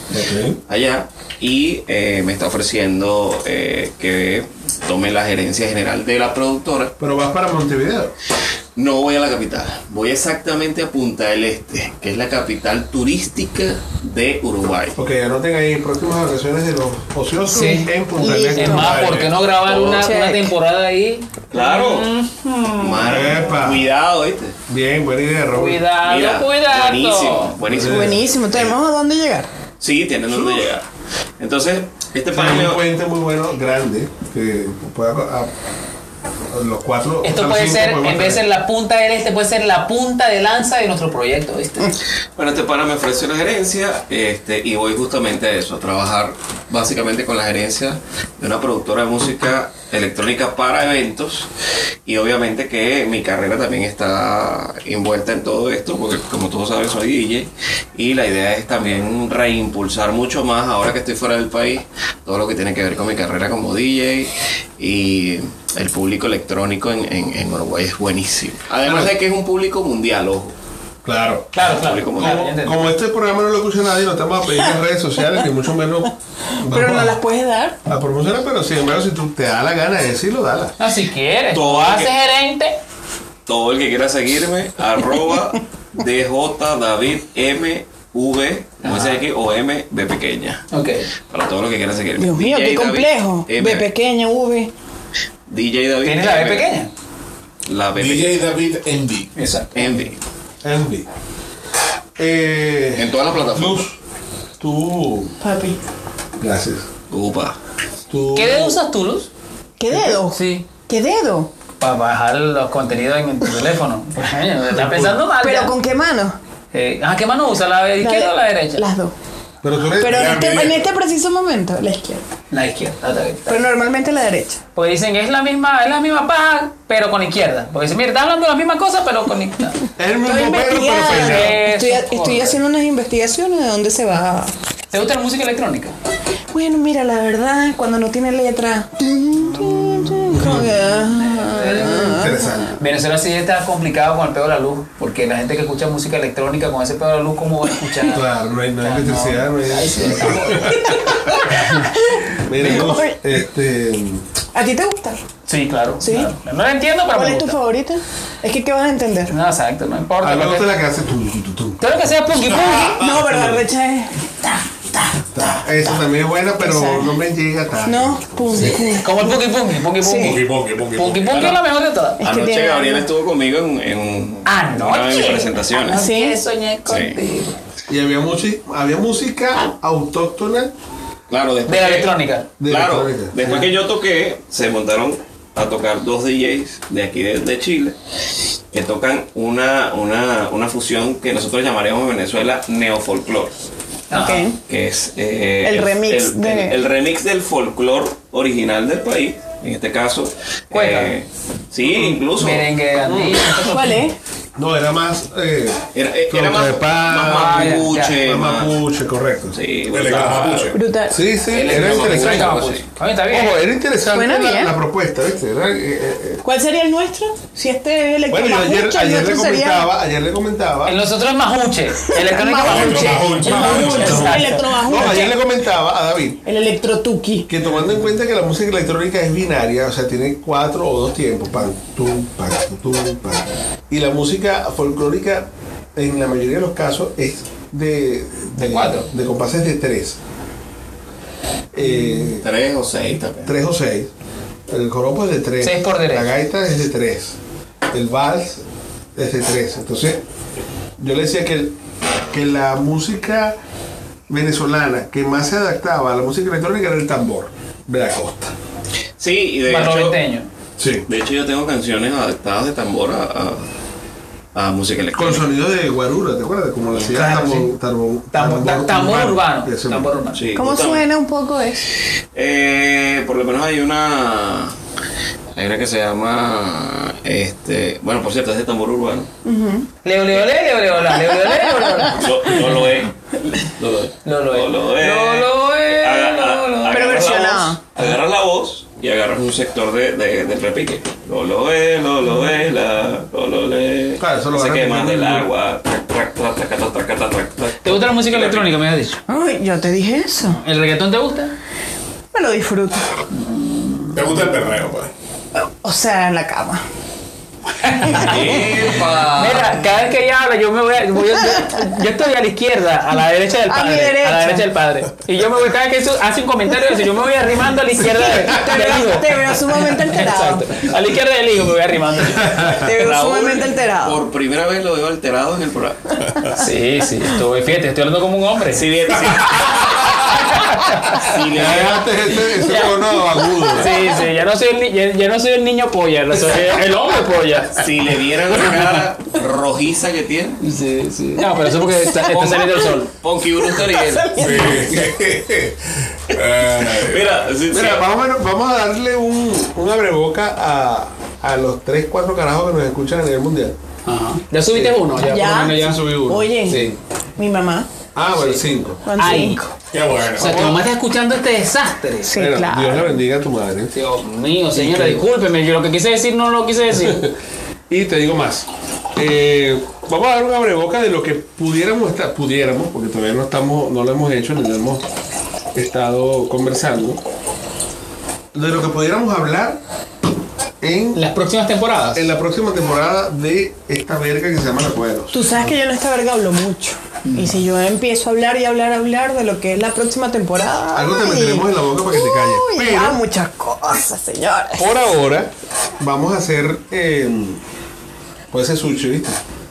[SPEAKER 4] allá y eh, me está ofreciendo eh, que tome la gerencia general de la productora
[SPEAKER 3] Pero vas para Montevideo.
[SPEAKER 4] no voy a la capital, voy exactamente a Punta del Este, que es la capital turística de Uruguay.
[SPEAKER 3] Ok, anoten ahí próximas vacaciones de los ociosos
[SPEAKER 1] Sí.
[SPEAKER 3] en Punta del
[SPEAKER 7] Y-
[SPEAKER 3] Este.
[SPEAKER 1] Es más, ¿por qué no grabar una,
[SPEAKER 7] Check.
[SPEAKER 1] una temporada ahí?
[SPEAKER 4] Claro. Mar-
[SPEAKER 3] Epa.
[SPEAKER 4] cuidado, ¿viste?
[SPEAKER 3] Bien, buena idea, Robert.
[SPEAKER 1] Cuidado, cuidado.
[SPEAKER 4] Buenísimo, buenísimo.
[SPEAKER 7] Buenísimo, tenemos a dónde llegar.
[SPEAKER 4] Sí, tienen donde llegar. Entonces, este
[SPEAKER 3] Hay
[SPEAKER 4] país
[SPEAKER 3] un puente muy bueno, grande, que pueda a- a los cuatro. o sea,
[SPEAKER 1] Esto
[SPEAKER 3] los
[SPEAKER 1] puede
[SPEAKER 3] cinco
[SPEAKER 1] ser,
[SPEAKER 3] podemos
[SPEAKER 1] en vez de ser
[SPEAKER 3] tener.
[SPEAKER 1] la punta del este, puede ser la punta de lanza de nuestro proyecto, ¿viste?
[SPEAKER 4] Bueno, este pana me ofreció la gerencia este, y voy justamente a eso, a trabajar básicamente con la gerencia de una productora de música electrónica para eventos y obviamente que mi carrera también está envuelta en todo esto porque como todos saben soy DJ y la idea es también reimpulsar mucho más ahora que estoy fuera del país todo lo que tiene que ver con mi carrera como DJ y el público electrónico en, en- en Uruguay es buenísimo. Además de que es un público mundial, ojo.
[SPEAKER 3] Claro.
[SPEAKER 1] Claro, claro.
[SPEAKER 4] Público
[SPEAKER 1] Claro, ya
[SPEAKER 4] mundial.
[SPEAKER 1] entendí.
[SPEAKER 3] Como este programa no lo escucha nadie, no estamos a pedir en redes sociales, ni
[SPEAKER 1] *laughs*
[SPEAKER 3] mucho menos.
[SPEAKER 7] Pero
[SPEAKER 3] vamos
[SPEAKER 7] no
[SPEAKER 3] a-
[SPEAKER 7] las puedes dar.
[SPEAKER 3] A promocionar, pero sin embargo, si tú te da la gana de decirlo, dala.
[SPEAKER 1] No, si quieres.
[SPEAKER 4] Todo
[SPEAKER 1] Todo hace
[SPEAKER 4] que-
[SPEAKER 1] gerente.
[SPEAKER 4] Todo el que quiera seguirme, arroba DJDavidMV, como dice aquí, o M B pequeña.
[SPEAKER 1] Ok.
[SPEAKER 4] Para todos los que quieran seguirme.
[SPEAKER 7] Dios mío,
[SPEAKER 4] DJ
[SPEAKER 7] qué
[SPEAKER 4] Eh, David
[SPEAKER 7] complejo.
[SPEAKER 4] M.
[SPEAKER 7] De pequeño, V.
[SPEAKER 4] DJ David.
[SPEAKER 1] ¿Tienes la B
[SPEAKER 4] M,
[SPEAKER 1] pequeña?
[SPEAKER 4] La B pequeña.
[SPEAKER 6] DJ David MD.
[SPEAKER 1] Exacto.
[SPEAKER 4] Envy.
[SPEAKER 3] Envy. Eh,
[SPEAKER 4] En todas las plataformas.
[SPEAKER 3] Luz, tú.
[SPEAKER 7] Papi.
[SPEAKER 3] Gracias.
[SPEAKER 4] Upa.
[SPEAKER 3] Tú.
[SPEAKER 1] ¿Qué dedo usas tú, Luz?
[SPEAKER 7] ¿Qué dedo?
[SPEAKER 1] Oh, Sí.
[SPEAKER 7] ¿Qué dedo?
[SPEAKER 1] Para bajar los contenidos en tu *laughs* teléfono. Estás pensando mal.
[SPEAKER 7] ¿Pero
[SPEAKER 1] Ah, ya.
[SPEAKER 7] con qué mano?
[SPEAKER 1] Eh, ah, ¿qué mano usa? ¿La izquierda o la derecha?
[SPEAKER 7] Las dos.
[SPEAKER 3] Pero tú eres.
[SPEAKER 7] Pero en
[SPEAKER 6] La
[SPEAKER 7] este,
[SPEAKER 6] media.
[SPEAKER 7] en este preciso momento, la izquierda.
[SPEAKER 1] La izquierda. Ah, está bien, está
[SPEAKER 7] Pero
[SPEAKER 1] bien.
[SPEAKER 7] normalmente la derecha.
[SPEAKER 1] Pues dicen que es la misma, es la misma paja, pero con izquierda. Porque dicen, mira, está hablando de la misma cosa, pero con izquierda.
[SPEAKER 3] Es el
[SPEAKER 7] Estoy
[SPEAKER 3] mismo perro, pero
[SPEAKER 7] investigando.
[SPEAKER 3] peinado.
[SPEAKER 1] Eso,
[SPEAKER 7] Estoy, estoy
[SPEAKER 1] joder.
[SPEAKER 7] haciendo unas investigaciones de dónde se va.
[SPEAKER 1] ¿Te gusta la música electrónica?
[SPEAKER 7] Bueno, mira, la verdad, cuando no tiene letra. Como que, ah.
[SPEAKER 3] Interesante.
[SPEAKER 1] Venezuela sí está complicado con el pedo de la luz, porque la gente que escucha música electrónica con ese pedo de la luz, ¿cómo va a escuchar?
[SPEAKER 3] *laughs* Claro, no hay, no hay electricidad, no hay. *laughs* Mira, Luz, este.
[SPEAKER 7] ¿A ti te gusta?
[SPEAKER 1] Sí, claro.
[SPEAKER 7] Sí.
[SPEAKER 1] claro. No lo entiendo, pero
[SPEAKER 7] ¿Cuál
[SPEAKER 1] me
[SPEAKER 7] es tu
[SPEAKER 1] gusta.
[SPEAKER 7] favorita? Es que, ¿qué vas a entender?
[SPEAKER 1] No, exacto, no importa.
[SPEAKER 3] A mí me
[SPEAKER 1] porque-
[SPEAKER 3] gusta la que hace tú, tú, tú, tú.
[SPEAKER 1] Todo lo que sea punky punky.
[SPEAKER 7] No, pero la recha es.
[SPEAKER 3] Esa también es buena, pero no me llega tanto.
[SPEAKER 7] No, pum, pum.
[SPEAKER 1] Como el punky punky, punky punky.
[SPEAKER 6] Punky, punky, punky,
[SPEAKER 1] Punky
[SPEAKER 6] punky.
[SPEAKER 1] punky es la mejor de todas.
[SPEAKER 7] Es que
[SPEAKER 4] Anoche
[SPEAKER 7] tiene-
[SPEAKER 4] Gabriel estuvo conmigo en, en un- una de mis
[SPEAKER 1] Anoche. Ah,
[SPEAKER 4] presentaciones.
[SPEAKER 1] Anoche soñé contigo.
[SPEAKER 4] contigo.
[SPEAKER 3] Y había, musi- había música autóctona
[SPEAKER 4] Claro, después
[SPEAKER 1] De la
[SPEAKER 4] que-
[SPEAKER 1] electrónica.
[SPEAKER 3] de
[SPEAKER 4] claro,
[SPEAKER 3] electrónica.
[SPEAKER 4] después que yo toqué, se montaron a tocar dos DJs de aquí de, de Chile que tocan una, una, una fusión que nosotros llamaríamos en Venezuela neofolclor,
[SPEAKER 3] Ah.
[SPEAKER 1] Ajá.
[SPEAKER 7] Ok.
[SPEAKER 4] que es eh,
[SPEAKER 7] El remix
[SPEAKER 4] el,
[SPEAKER 7] de-
[SPEAKER 4] el- el remix del folclor original del país, en este caso.
[SPEAKER 1] Cueca.
[SPEAKER 4] eh, sí, incluso
[SPEAKER 1] Merengue andino.
[SPEAKER 7] ¿Cuál es?
[SPEAKER 3] No, era más. Eh,
[SPEAKER 4] Era, era
[SPEAKER 3] flauta
[SPEAKER 4] más,
[SPEAKER 3] de pan,
[SPEAKER 4] más
[SPEAKER 7] Ah,
[SPEAKER 4] mapuche,
[SPEAKER 3] más
[SPEAKER 4] más-
[SPEAKER 3] mapuche, correcto. Sí,
[SPEAKER 4] Sí,
[SPEAKER 6] El
[SPEAKER 4] brutal.
[SPEAKER 6] Mapuche.
[SPEAKER 7] Brutal.
[SPEAKER 3] sí, era
[SPEAKER 4] Electro mapuche,
[SPEAKER 3] interesante.
[SPEAKER 4] algo
[SPEAKER 3] Ojo,
[SPEAKER 4] así.
[SPEAKER 1] A mí pues. está bien.
[SPEAKER 4] eh,
[SPEAKER 3] era interesante
[SPEAKER 7] Suena
[SPEAKER 3] la,
[SPEAKER 7] bien.
[SPEAKER 3] la propuesta, ¿viste? Era, eh, eh, eh.
[SPEAKER 7] ¿Cuál sería el nuestro? Si este es el
[SPEAKER 3] Bueno, yo ayer, ayer le comentaba, ayer le comentaba.
[SPEAKER 1] El nosotros es majuche. Electrónica
[SPEAKER 6] Majuche.
[SPEAKER 1] majuche.
[SPEAKER 6] Majuche.
[SPEAKER 7] El
[SPEAKER 3] No, ayer le
[SPEAKER 7] electrobajuche.
[SPEAKER 3] comentaba a David
[SPEAKER 7] El electrotuki.
[SPEAKER 3] que tomando en cuenta que la música electrónica es binaria, o sea, tiene cuatro o dos tiempos, pan, tum, pan, tum, pan. Y la música folclórica, en la mayoría de los casos, es de, de,
[SPEAKER 1] cuatro.
[SPEAKER 3] de compases de tres. Eh,
[SPEAKER 4] Tres o seis también.
[SPEAKER 3] tres o seis. El joropo es de tres.
[SPEAKER 1] Seis por derecho.
[SPEAKER 3] La gaita es de tres. El vals es de tres. Entonces, yo le decía que, que la música venezolana que más se adaptaba a la música electrónica era el tambor de la costa.
[SPEAKER 4] Sí, y de hecho,
[SPEAKER 1] Barroventeño.
[SPEAKER 3] Sí.
[SPEAKER 4] de hecho yo tengo canciones adaptadas de tambor a, a, a música
[SPEAKER 3] Con
[SPEAKER 4] electrónica.
[SPEAKER 3] sonido de guarura, ¿te acuerdas? Como lo hacía
[SPEAKER 1] Claro,
[SPEAKER 3] tambor,
[SPEAKER 1] sí.
[SPEAKER 3] tambor,
[SPEAKER 1] Tambor, ta- tambor urbano.
[SPEAKER 3] Ese
[SPEAKER 1] Tambor
[SPEAKER 3] mismo.
[SPEAKER 1] urbano.
[SPEAKER 4] Sí,
[SPEAKER 7] ¿Cómo
[SPEAKER 4] justamente.
[SPEAKER 7] suena un poco eso?
[SPEAKER 4] Eh, por lo menos hay una. Hay una que se llama. Este. Bueno, por cierto, es de tambor urbano.
[SPEAKER 1] Leo, leo, leo, leo, leo, la, leo, leo, leo, leo, leo.
[SPEAKER 4] No, no lo es. No lo es.
[SPEAKER 1] No lo es.
[SPEAKER 4] No lo es.
[SPEAKER 1] No lo es,
[SPEAKER 4] Aga-
[SPEAKER 1] no lo
[SPEAKER 4] a-
[SPEAKER 1] es.
[SPEAKER 4] agarras la
[SPEAKER 7] versionado.
[SPEAKER 4] voz, Agarras la voz y agarras un sector de, de, del repique. No lo es, no lo es, la, no lo es.
[SPEAKER 3] Claro, eso lo
[SPEAKER 4] Se
[SPEAKER 3] vas
[SPEAKER 4] quema del
[SPEAKER 3] repitiendo.
[SPEAKER 4] agua. Trac, trac, trac, trac, trac, trac, trac, trac, trac.
[SPEAKER 1] ¿Te gusta la música
[SPEAKER 4] *laughs*
[SPEAKER 1] electrónica? Me has dicho.
[SPEAKER 7] Ay, yo te dije eso.
[SPEAKER 1] ¿El reggaetón te gusta?
[SPEAKER 7] Me lo disfruto.
[SPEAKER 6] ¿Te gusta el perreo, pues?
[SPEAKER 7] O sea, en la cama.
[SPEAKER 4] ¡Epa!
[SPEAKER 1] Mira, cada vez que ella habla, yo me voy a. voy a- yo, yo estoy a la izquierda, a la derecha del
[SPEAKER 7] A mi
[SPEAKER 1] padre. la
[SPEAKER 7] derecha.
[SPEAKER 1] derecha del padre. Y yo me voy, cada vez que eso hace un comentario, eso, yo me voy arrimando a la izquierda de-
[SPEAKER 7] *laughs* Te
[SPEAKER 1] del
[SPEAKER 7] veo,
[SPEAKER 1] hijo.
[SPEAKER 7] te veo sumamente alterado.
[SPEAKER 1] Exacto. A la izquierda del hijo me voy arrimando.
[SPEAKER 7] Te veo
[SPEAKER 4] Raúl,
[SPEAKER 7] sumamente alterado.
[SPEAKER 4] Por primera vez lo veo alterado en el programa.
[SPEAKER 1] Sí, sí, estoy, fíjate, estoy hablando como un hombre.
[SPEAKER 4] Si bien, si, si le
[SPEAKER 3] Ya dejaste ese, ese tono agudo.
[SPEAKER 1] Sí, sí, ya no soy el, ni- ya, ya no soy el niño polla, no soy el hombre polla.
[SPEAKER 4] Si le vieran la cara rojiza que tiene,
[SPEAKER 1] Sí, sí. No, pero eso porque está, está saliendo el sol.
[SPEAKER 4] Ponky Bruno estaría.
[SPEAKER 3] *laughs*
[SPEAKER 6] Sí. *laughs* Ay.
[SPEAKER 4] Mira, sí, sí.
[SPEAKER 3] Mira, más o menos, vamos a darle un, un abreboca a, a los 3, 4 carajos que nos escuchan a nivel mundial.
[SPEAKER 1] Ajá. ¿Ya subiste uno? Ya.
[SPEAKER 7] Ya.
[SPEAKER 3] Bueno, ya subí uno.
[SPEAKER 7] Oye,
[SPEAKER 3] Sí.
[SPEAKER 7] mi mamá.
[SPEAKER 3] Ah, bueno, 5.
[SPEAKER 7] cuando-
[SPEAKER 1] Ay.
[SPEAKER 6] Qué bueno.
[SPEAKER 1] O sea, tu mamá está escuchando este desastre.
[SPEAKER 7] Sí, claro.
[SPEAKER 3] Dios le bendiga a tu madre. ¿eh?
[SPEAKER 1] Dios mío, señora, discúlpeme, yo lo que quise decir no lo quise decir.
[SPEAKER 3] Y te digo más. Eh, vamos a dar un abreboca de lo que pudiéramos estar, pudiéramos, porque todavía no estamos, no lo hemos hecho, ni lo hemos estado conversando. De lo que pudiéramos hablar
[SPEAKER 1] *laughs*
[SPEAKER 3] en,
[SPEAKER 1] Las próximas temporadas.
[SPEAKER 3] en la próxima temporada de esta verga que se llama La Cueros.
[SPEAKER 7] Tú sabes que yo en esta verga hablo mucho. Y si yo empiezo a hablar y hablar, hablar de lo que es la próxima temporada.
[SPEAKER 3] Algo te
[SPEAKER 7] ay,
[SPEAKER 3] meteremos en la boca para que te calles.
[SPEAKER 7] Uy,
[SPEAKER 3] Pero-
[SPEAKER 7] ya, muchas cosas, señores.
[SPEAKER 3] Por ahora, vamos a hacer. eh, puede ser sushi, ¿viste?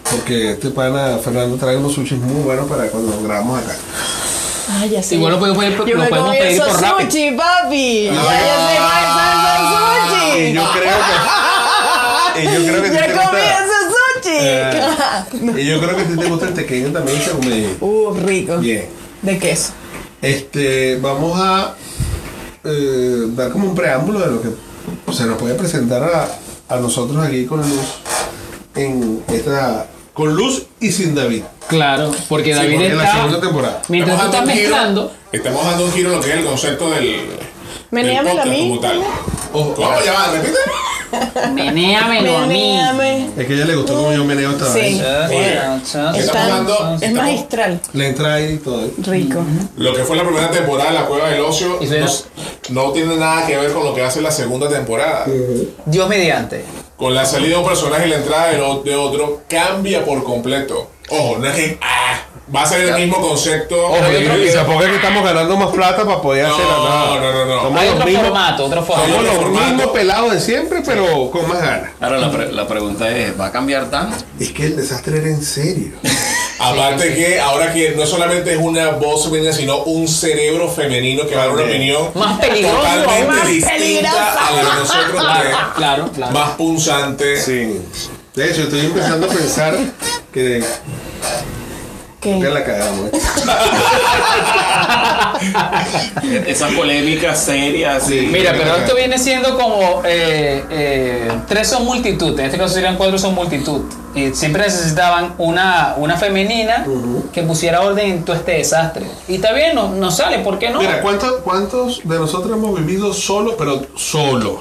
[SPEAKER 3] Porque este pana Fernando trae unos sushis muy buenos para cuando los grabamos acá.
[SPEAKER 7] Ay, ya sé.
[SPEAKER 1] Igual lo podemos pedir-
[SPEAKER 7] yo
[SPEAKER 1] lo
[SPEAKER 7] me
[SPEAKER 1] podemos
[SPEAKER 7] comí
[SPEAKER 1] pedir
[SPEAKER 7] esos
[SPEAKER 1] por Rappi.
[SPEAKER 7] sushi, papi. Ya, ya sé cuál es el
[SPEAKER 3] Y
[SPEAKER 7] sushi.
[SPEAKER 3] yo creo que. Y yo creo que a ti
[SPEAKER 7] *laughs* ya
[SPEAKER 3] te
[SPEAKER 7] comí
[SPEAKER 3] gusta-
[SPEAKER 7] ese sushi.
[SPEAKER 3] Eh, y yo creo que a ti te gusta el pequeño también, se come
[SPEAKER 7] Uh, rico.
[SPEAKER 3] bien.
[SPEAKER 7] De queso.
[SPEAKER 3] Este, vamos a eh, dar como un preámbulo de lo que se nos puede presentar a, a nosotros aquí con luz en esta. Con luz y sin David.
[SPEAKER 1] Claro, porque
[SPEAKER 3] Sí,
[SPEAKER 1] David
[SPEAKER 3] porque en la
[SPEAKER 1] está.
[SPEAKER 3] segunda temporada.
[SPEAKER 1] Mientras tú
[SPEAKER 6] Estamos
[SPEAKER 1] estás
[SPEAKER 6] dando un giro-
[SPEAKER 1] mezclando.
[SPEAKER 6] Estamos dando un giro a lo que es el concepto del.
[SPEAKER 7] Menéamelo a mí.
[SPEAKER 6] Como tal.
[SPEAKER 3] Ojo,
[SPEAKER 6] ¿Cómo? Ya va, repite.
[SPEAKER 1] Menéamelo a mí.
[SPEAKER 7] Menéame.
[SPEAKER 3] Es que a ella le gustó como yo meneo esta
[SPEAKER 7] Sí.
[SPEAKER 3] vaina.
[SPEAKER 7] Está-
[SPEAKER 6] dando-
[SPEAKER 7] es
[SPEAKER 6] Estamos-
[SPEAKER 7] magistral.
[SPEAKER 3] Le entra ahí y todo.
[SPEAKER 7] Rico.
[SPEAKER 6] Lo que fue la primera temporada de La Cueva del Ocio
[SPEAKER 1] Y suena-
[SPEAKER 6] no, no tiene nada que ver con lo que hace la segunda temporada.
[SPEAKER 1] Dios mediante.
[SPEAKER 6] Con la salida de un personaje y la entrada de, lo- de otro, cambia por completo. Ojo, no es que ah, va a ser el mismo concepto.
[SPEAKER 3] Ojo,
[SPEAKER 1] yo creo
[SPEAKER 3] y,
[SPEAKER 1] que-
[SPEAKER 3] y tampoco es que estamos ganando más plata para poder
[SPEAKER 6] No,
[SPEAKER 3] hacer nada.
[SPEAKER 6] no, no, no.
[SPEAKER 3] Somos
[SPEAKER 1] Hay
[SPEAKER 3] los
[SPEAKER 1] otro
[SPEAKER 3] mismos,
[SPEAKER 1] formato, otro
[SPEAKER 3] somos
[SPEAKER 1] formato.
[SPEAKER 6] Hay otro
[SPEAKER 3] los
[SPEAKER 6] formato.
[SPEAKER 3] mismos pelados de siempre, pero con más ganas.
[SPEAKER 4] Ahora la, pre- la pregunta es, ¿va a cambiar tanto?
[SPEAKER 3] Es que el desastre era en serio.
[SPEAKER 6] Aparte que ahora que no solamente es una voz femenina, sino un cerebro femenino que va a dar una opinión
[SPEAKER 1] Más peligroso,
[SPEAKER 6] totalmente
[SPEAKER 1] más
[SPEAKER 6] distinta a la de nosotros,
[SPEAKER 3] eh.
[SPEAKER 1] Claro, claro,
[SPEAKER 6] que-
[SPEAKER 1] claro.
[SPEAKER 6] más punzante.
[SPEAKER 3] Sí. De hecho, estoy empezando a pensar que Ya
[SPEAKER 7] ¿Qué?
[SPEAKER 3] la cagamos. ¿eh?
[SPEAKER 4] Esa polémica seria, así.
[SPEAKER 1] Mira,
[SPEAKER 3] Mira
[SPEAKER 1] pero
[SPEAKER 3] acá.
[SPEAKER 1] esto viene siendo como eh, eh, tres son multitud, en este caso serían cuatro son multitud. Y siempre necesitaban una, una femenina que pusiera orden en todo este desastre. Y está bien, no, no sale, ¿por qué no?
[SPEAKER 3] Mira, ¿cuántos, ¿cuántos de nosotros hemos vivido solos, pero solos?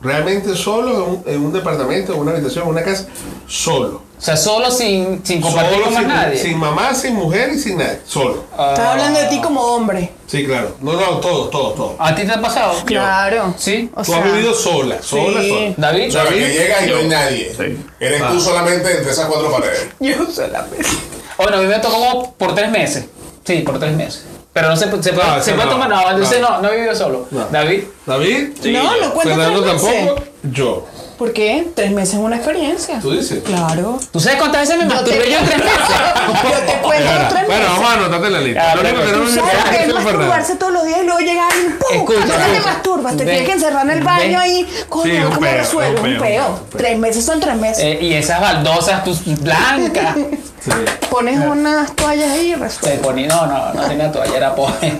[SPEAKER 3] Realmente solos en un, en un departamento, en una habitación, en una casa, solo.
[SPEAKER 1] o sea, solo sin, sin compartir
[SPEAKER 3] Solo,
[SPEAKER 1] con más
[SPEAKER 3] sin,
[SPEAKER 1] nadie.
[SPEAKER 3] sin mamá, sin mujer y sin nadie. Solo.
[SPEAKER 1] Ah,
[SPEAKER 7] Estás hablando de ti como hombre.
[SPEAKER 3] Sí, claro. No, no, todos, todos, todos.
[SPEAKER 1] ¿A ti te ha pasado?
[SPEAKER 7] Claro.
[SPEAKER 1] Sí.
[SPEAKER 7] O
[SPEAKER 3] Tú
[SPEAKER 7] sea,
[SPEAKER 3] has vivido sola, sola, sola.
[SPEAKER 1] David,
[SPEAKER 6] O sea, que llegas y no hay nadie. Eres
[SPEAKER 3] Ah.
[SPEAKER 6] tú solamente entre esas cuatro paredes.
[SPEAKER 7] *laughs* yo solamente.
[SPEAKER 1] bueno, a mí me tocó como por tres meses. Sí, por tres meses. Pero no se, pu- se puede, se
[SPEAKER 3] No, Ah, eso
[SPEAKER 1] puede
[SPEAKER 3] no,
[SPEAKER 1] tomar, no, entonces
[SPEAKER 3] no.
[SPEAKER 1] no, no he vivido solo.
[SPEAKER 3] No.
[SPEAKER 1] David,
[SPEAKER 3] David,
[SPEAKER 7] no, no cuenta
[SPEAKER 3] Fernando
[SPEAKER 7] tres meses.
[SPEAKER 3] tampoco, yo.
[SPEAKER 7] ¿Por qué? Tres meses es una experiencia.
[SPEAKER 3] ¿Tú dices?
[SPEAKER 7] Claro.
[SPEAKER 1] Ah, ¿tú sabes cuántas veces me masturbé yo en tres
[SPEAKER 7] *laughs* Yo te
[SPEAKER 1] meses?
[SPEAKER 7] cuento
[SPEAKER 3] Ahora,
[SPEAKER 7] tres meses.
[SPEAKER 3] bueno, vamos a anotarte en la lista.
[SPEAKER 1] Ah,
[SPEAKER 3] Lo único que
[SPEAKER 1] pero-
[SPEAKER 3] no
[SPEAKER 7] Tú
[SPEAKER 3] me
[SPEAKER 7] sabes que
[SPEAKER 3] interesa
[SPEAKER 7] es
[SPEAKER 3] es Fernando.
[SPEAKER 7] masturbarse todos los días y luego llegar y ¡pum! ¿Por
[SPEAKER 1] Escucha.
[SPEAKER 7] qué te masturbas? Te
[SPEAKER 1] Ven.
[SPEAKER 7] tienes que encerrar en el baño ahí. Coño,
[SPEAKER 3] Sí, un
[SPEAKER 7] ¿cómo
[SPEAKER 3] peo,
[SPEAKER 7] resuelvo?
[SPEAKER 3] un peo,
[SPEAKER 7] Un
[SPEAKER 3] un
[SPEAKER 7] peo.
[SPEAKER 3] peo.
[SPEAKER 7] Tres meses son tres meses.
[SPEAKER 1] Eh, y esas baldosas tus blancas.
[SPEAKER 7] Pones unas toallas ahí y resuelves.
[SPEAKER 1] Te ponía, Pues, no, no, no tenía toalla, era
[SPEAKER 3] *laughs*
[SPEAKER 1] pobre.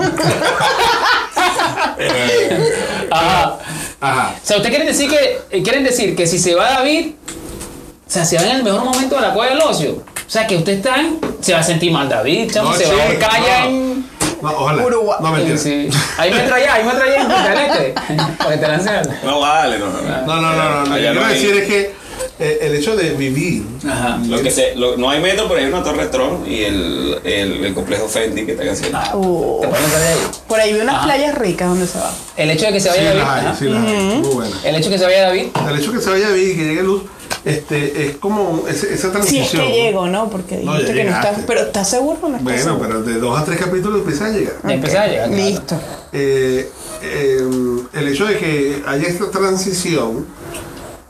[SPEAKER 6] Eh.
[SPEAKER 1] Ajá.
[SPEAKER 3] Ajá.
[SPEAKER 1] O sea, ¿usted quiere decir que eh, quieren decir que si se va David, o sea, se va en el mejor momento de la cueva del ocio? O sea, que usted está en- se va a sentir mal David, chamo, se va a
[SPEAKER 3] chico,
[SPEAKER 1] ahorcar allá
[SPEAKER 3] no.
[SPEAKER 1] en...
[SPEAKER 3] No, ojalá.
[SPEAKER 7] Uruguay.
[SPEAKER 3] No, mentira.
[SPEAKER 1] Sí. Ahí me traía, ahí me traía en Picanete. *laughs* Para que te lancen.
[SPEAKER 4] No vale, no, no.
[SPEAKER 3] No, no, no, no. Lo que
[SPEAKER 4] Allá
[SPEAKER 3] quiero
[SPEAKER 4] hay-
[SPEAKER 3] decir es que eh, el hecho de vivir
[SPEAKER 1] Ajá.
[SPEAKER 4] Lo que se, lo- no hay metro, pero hay una torre Tron y el, el, el complejo Fendi que está haciendo.
[SPEAKER 7] Oh.
[SPEAKER 1] Te ponen ahí.
[SPEAKER 7] Por ahí vi unas
[SPEAKER 3] Ah.
[SPEAKER 7] playas ricas donde se va.
[SPEAKER 1] El hecho de que se
[SPEAKER 3] Sí,
[SPEAKER 1] vaya David.
[SPEAKER 3] las hay,
[SPEAKER 1] ajá.
[SPEAKER 3] sí, las hay. Muy buena.
[SPEAKER 1] El hecho de que se vaya David.
[SPEAKER 3] El hecho que se vaya a vivir y que llegue luz, este, es como un- ese- esa
[SPEAKER 7] Si
[SPEAKER 3] transición.
[SPEAKER 7] es que llego, ¿no? Porque
[SPEAKER 3] No,
[SPEAKER 7] dijiste
[SPEAKER 3] ya
[SPEAKER 7] que no
[SPEAKER 3] llegaste.
[SPEAKER 7] estás. Pero ¿estás seguro o no estás
[SPEAKER 3] Bueno, pues,
[SPEAKER 7] seguro?
[SPEAKER 3] pero de dos a tres capítulos empieza a llegar.
[SPEAKER 1] Ya empezaba a llegar.
[SPEAKER 7] Listo.
[SPEAKER 3] Eh, eh, el hecho de que haya esta transición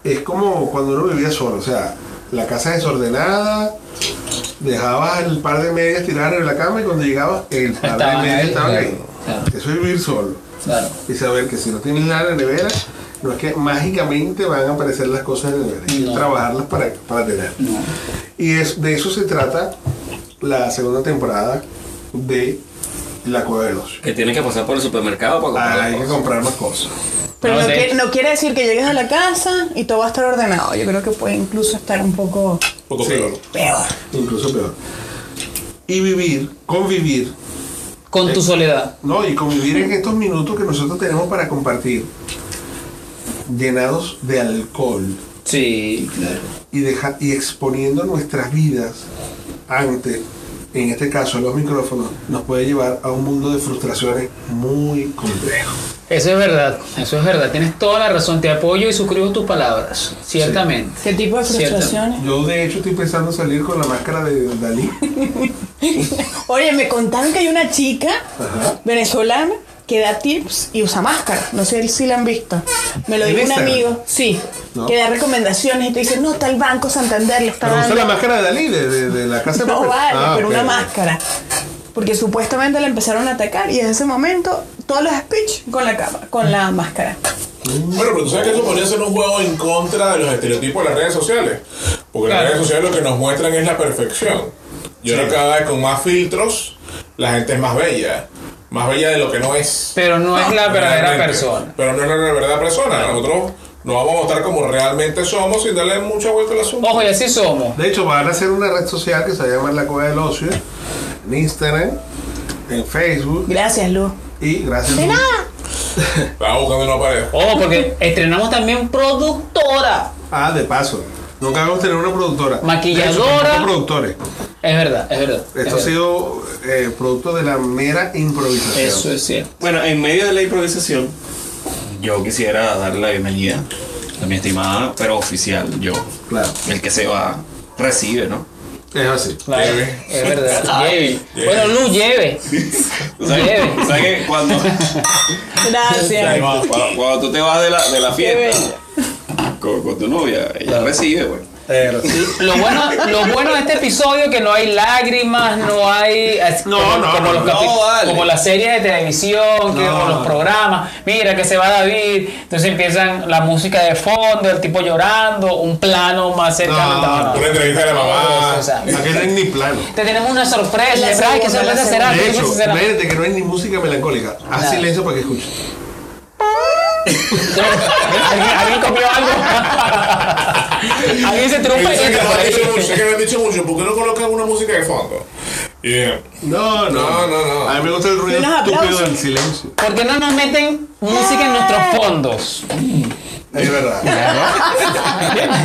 [SPEAKER 3] es como cuando uno vivía solo, o sea, la casa desordenada, dejabas el par de medias tiradas en la cama y cuando llegabas el par
[SPEAKER 1] Estaban
[SPEAKER 3] de medias
[SPEAKER 1] ahí,
[SPEAKER 3] estaba
[SPEAKER 1] claro,
[SPEAKER 3] ahí.
[SPEAKER 1] claro.
[SPEAKER 3] Eso es vivir solo.
[SPEAKER 1] Claro.
[SPEAKER 3] Y saber que si no tienes nada en la nevera, no es que mágicamente van a aparecer las cosas en la nevera, hay que
[SPEAKER 1] No.
[SPEAKER 3] trabajarlas para, para tener. Y es- de eso se trata la segunda temporada de La Cueva de los
[SPEAKER 4] Que tienes que pasar por el supermercado para comprar.
[SPEAKER 3] Ah,
[SPEAKER 4] las
[SPEAKER 3] hay que
[SPEAKER 4] cosas.
[SPEAKER 3] comprar más cosas.
[SPEAKER 7] Pero
[SPEAKER 1] No
[SPEAKER 7] no,
[SPEAKER 1] sé.
[SPEAKER 7] quiere, no quiere decir que llegues a la casa y todo va a estar ordenado. Yo creo que puede incluso estar un poco
[SPEAKER 6] Poco
[SPEAKER 3] Sí.
[SPEAKER 6] peor.
[SPEAKER 7] peor.
[SPEAKER 3] Incluso peor. Y vivir, convivir,
[SPEAKER 1] Con tu soledad.
[SPEAKER 3] ¿no? Y convivir en estos minutos que nosotros tenemos para compartir, llenados de alcohol
[SPEAKER 1] Sí, claro.
[SPEAKER 3] y, deja- y exponiendo nuestras vidas ante, en este caso, los micrófonos, nos puede llevar a un mundo de frustraciones muy complejo.
[SPEAKER 1] Eso es verdad, eso es verdad. Tienes toda la razón. Te apoyo y suscribo tus palabras. Ciertamente.
[SPEAKER 7] ¿Qué tipo de
[SPEAKER 1] Cierto.
[SPEAKER 7] frustraciones?
[SPEAKER 3] Yo, de hecho, estoy pensando en salir con la máscara de
[SPEAKER 7] *laughs*
[SPEAKER 3] Dalí.
[SPEAKER 7] Oye, me contaron que hay una chica
[SPEAKER 3] Ajá.
[SPEAKER 7] venezolana que da tips y usa máscara. No sé si la han visto. Me lo
[SPEAKER 3] ¿En
[SPEAKER 7] dijo un
[SPEAKER 3] Instagram?
[SPEAKER 7] amigo. Sí.
[SPEAKER 3] No.
[SPEAKER 7] Que da recomendaciones y te dice, no, está el Banco Santander, lo está
[SPEAKER 3] Pero usa
[SPEAKER 7] dando.
[SPEAKER 3] la máscara de Dalí, de, de- de la casa de
[SPEAKER 7] No
[SPEAKER 3] papel.
[SPEAKER 7] vale,
[SPEAKER 3] Ah,
[SPEAKER 7] pero
[SPEAKER 3] ok.
[SPEAKER 7] una máscara. Porque supuestamente la empezaron a atacar y desde ese momento todos los speech con la capa, con la máscara.
[SPEAKER 6] Bueno, pero tú sabes que eso podría ser un juego en contra de los estereotipos de las redes sociales. Porque
[SPEAKER 1] Claro.
[SPEAKER 6] las redes sociales lo que nos muestran es la perfección. Y ahora cada vez con más filtros, la gente es más bella. Más bella de lo que no es.
[SPEAKER 1] Pero no es la verdadera
[SPEAKER 6] Realmente.
[SPEAKER 1] persona.
[SPEAKER 6] Pero no es la verdadera persona. Nosotros nos vamos a mostrar como realmente somos sin darle mucha vuelta al asunto.
[SPEAKER 1] Ojo, y así somos.
[SPEAKER 3] De hecho, van a hacer una red social que se va a llamar La Cueva del Ocio, en Instagram, en Facebook
[SPEAKER 7] Gracias, Luz.
[SPEAKER 3] y gracias.
[SPEAKER 7] De
[SPEAKER 3] Luz.
[SPEAKER 7] nada.
[SPEAKER 6] Estaba buscando una pareja.
[SPEAKER 1] Ojo, porque estrenamos también productora.
[SPEAKER 3] Ah, de paso, nunca vamos a tener una productora.
[SPEAKER 1] Maquilladora.
[SPEAKER 3] De hecho, tampoco productores.
[SPEAKER 1] Es verdad, es verdad. es
[SPEAKER 3] Esto ha
[SPEAKER 1] verdad.
[SPEAKER 3] sido eh, producto de la mera improvisación.
[SPEAKER 1] Eso es cierto.
[SPEAKER 4] Bueno, en medio de la improvisación, yo quisiera darle la bienvenida a mi estimada, pero oficial, yo.
[SPEAKER 3] Claro,
[SPEAKER 4] El que se va, recibe, ¿no?
[SPEAKER 3] es así. Eh,
[SPEAKER 1] Claro,
[SPEAKER 6] Lleve.
[SPEAKER 1] es
[SPEAKER 7] *laughs*
[SPEAKER 1] verdad. Lleve. Bueno, Luz, lleve.
[SPEAKER 4] O sea,
[SPEAKER 1] Lleve.
[SPEAKER 4] o sea que
[SPEAKER 7] *laughs*
[SPEAKER 4] cuando, *laughs*
[SPEAKER 7] Gracias.
[SPEAKER 4] cuando, cuando tú te vas de la, de la fiesta con, con tu novia, ella recibe, güey.
[SPEAKER 1] Lo bueno, lo bueno de este episodio es que no hay lágrimas, no hay. así
[SPEAKER 3] No,
[SPEAKER 1] como,
[SPEAKER 3] no,
[SPEAKER 1] como
[SPEAKER 3] no,
[SPEAKER 1] los
[SPEAKER 4] no,
[SPEAKER 1] capi-
[SPEAKER 4] vale.
[SPEAKER 1] como las series de televisión, que,
[SPEAKER 3] No,
[SPEAKER 1] o los
[SPEAKER 3] no.
[SPEAKER 1] programas. mira que se va David. Entonces empiezan la música de fondo, el tipo llorando, un plano más cercano.
[SPEAKER 3] No,
[SPEAKER 1] No, no,
[SPEAKER 6] Una entrevista de la mamá.
[SPEAKER 1] O sea,
[SPEAKER 3] ah, Aquí no hay ni plano.
[SPEAKER 1] te tenemos una sorpresa.
[SPEAKER 7] La
[SPEAKER 1] ¿verdad? ¿Qué
[SPEAKER 7] segunda, la
[SPEAKER 1] sorpresa será?
[SPEAKER 3] De
[SPEAKER 1] ¿Qué
[SPEAKER 3] hecho,
[SPEAKER 1] sorpresa será?
[SPEAKER 3] imagínate que no hay ni música melancólica. Haz
[SPEAKER 1] Nada.
[SPEAKER 3] silencio para que escuches.
[SPEAKER 1] ¿Alguien, alguien comió algo? *laughs* alguien se
[SPEAKER 6] Y
[SPEAKER 1] trompa y
[SPEAKER 6] Sé que
[SPEAKER 1] entra
[SPEAKER 6] nos
[SPEAKER 1] por
[SPEAKER 6] han
[SPEAKER 1] ahí.
[SPEAKER 6] dicho mucho, sé que nos han dicho mucho, ¿por qué no colocan una música de fondo? Y eh, dije,
[SPEAKER 3] No,
[SPEAKER 6] No, no, no.
[SPEAKER 3] A mí me gusta el ruido
[SPEAKER 7] Y unos
[SPEAKER 3] estúpido
[SPEAKER 7] aplausos.
[SPEAKER 3] del silencio.
[SPEAKER 1] ¿Por qué no nos meten música en nuestros fondos?
[SPEAKER 3] Es verdad.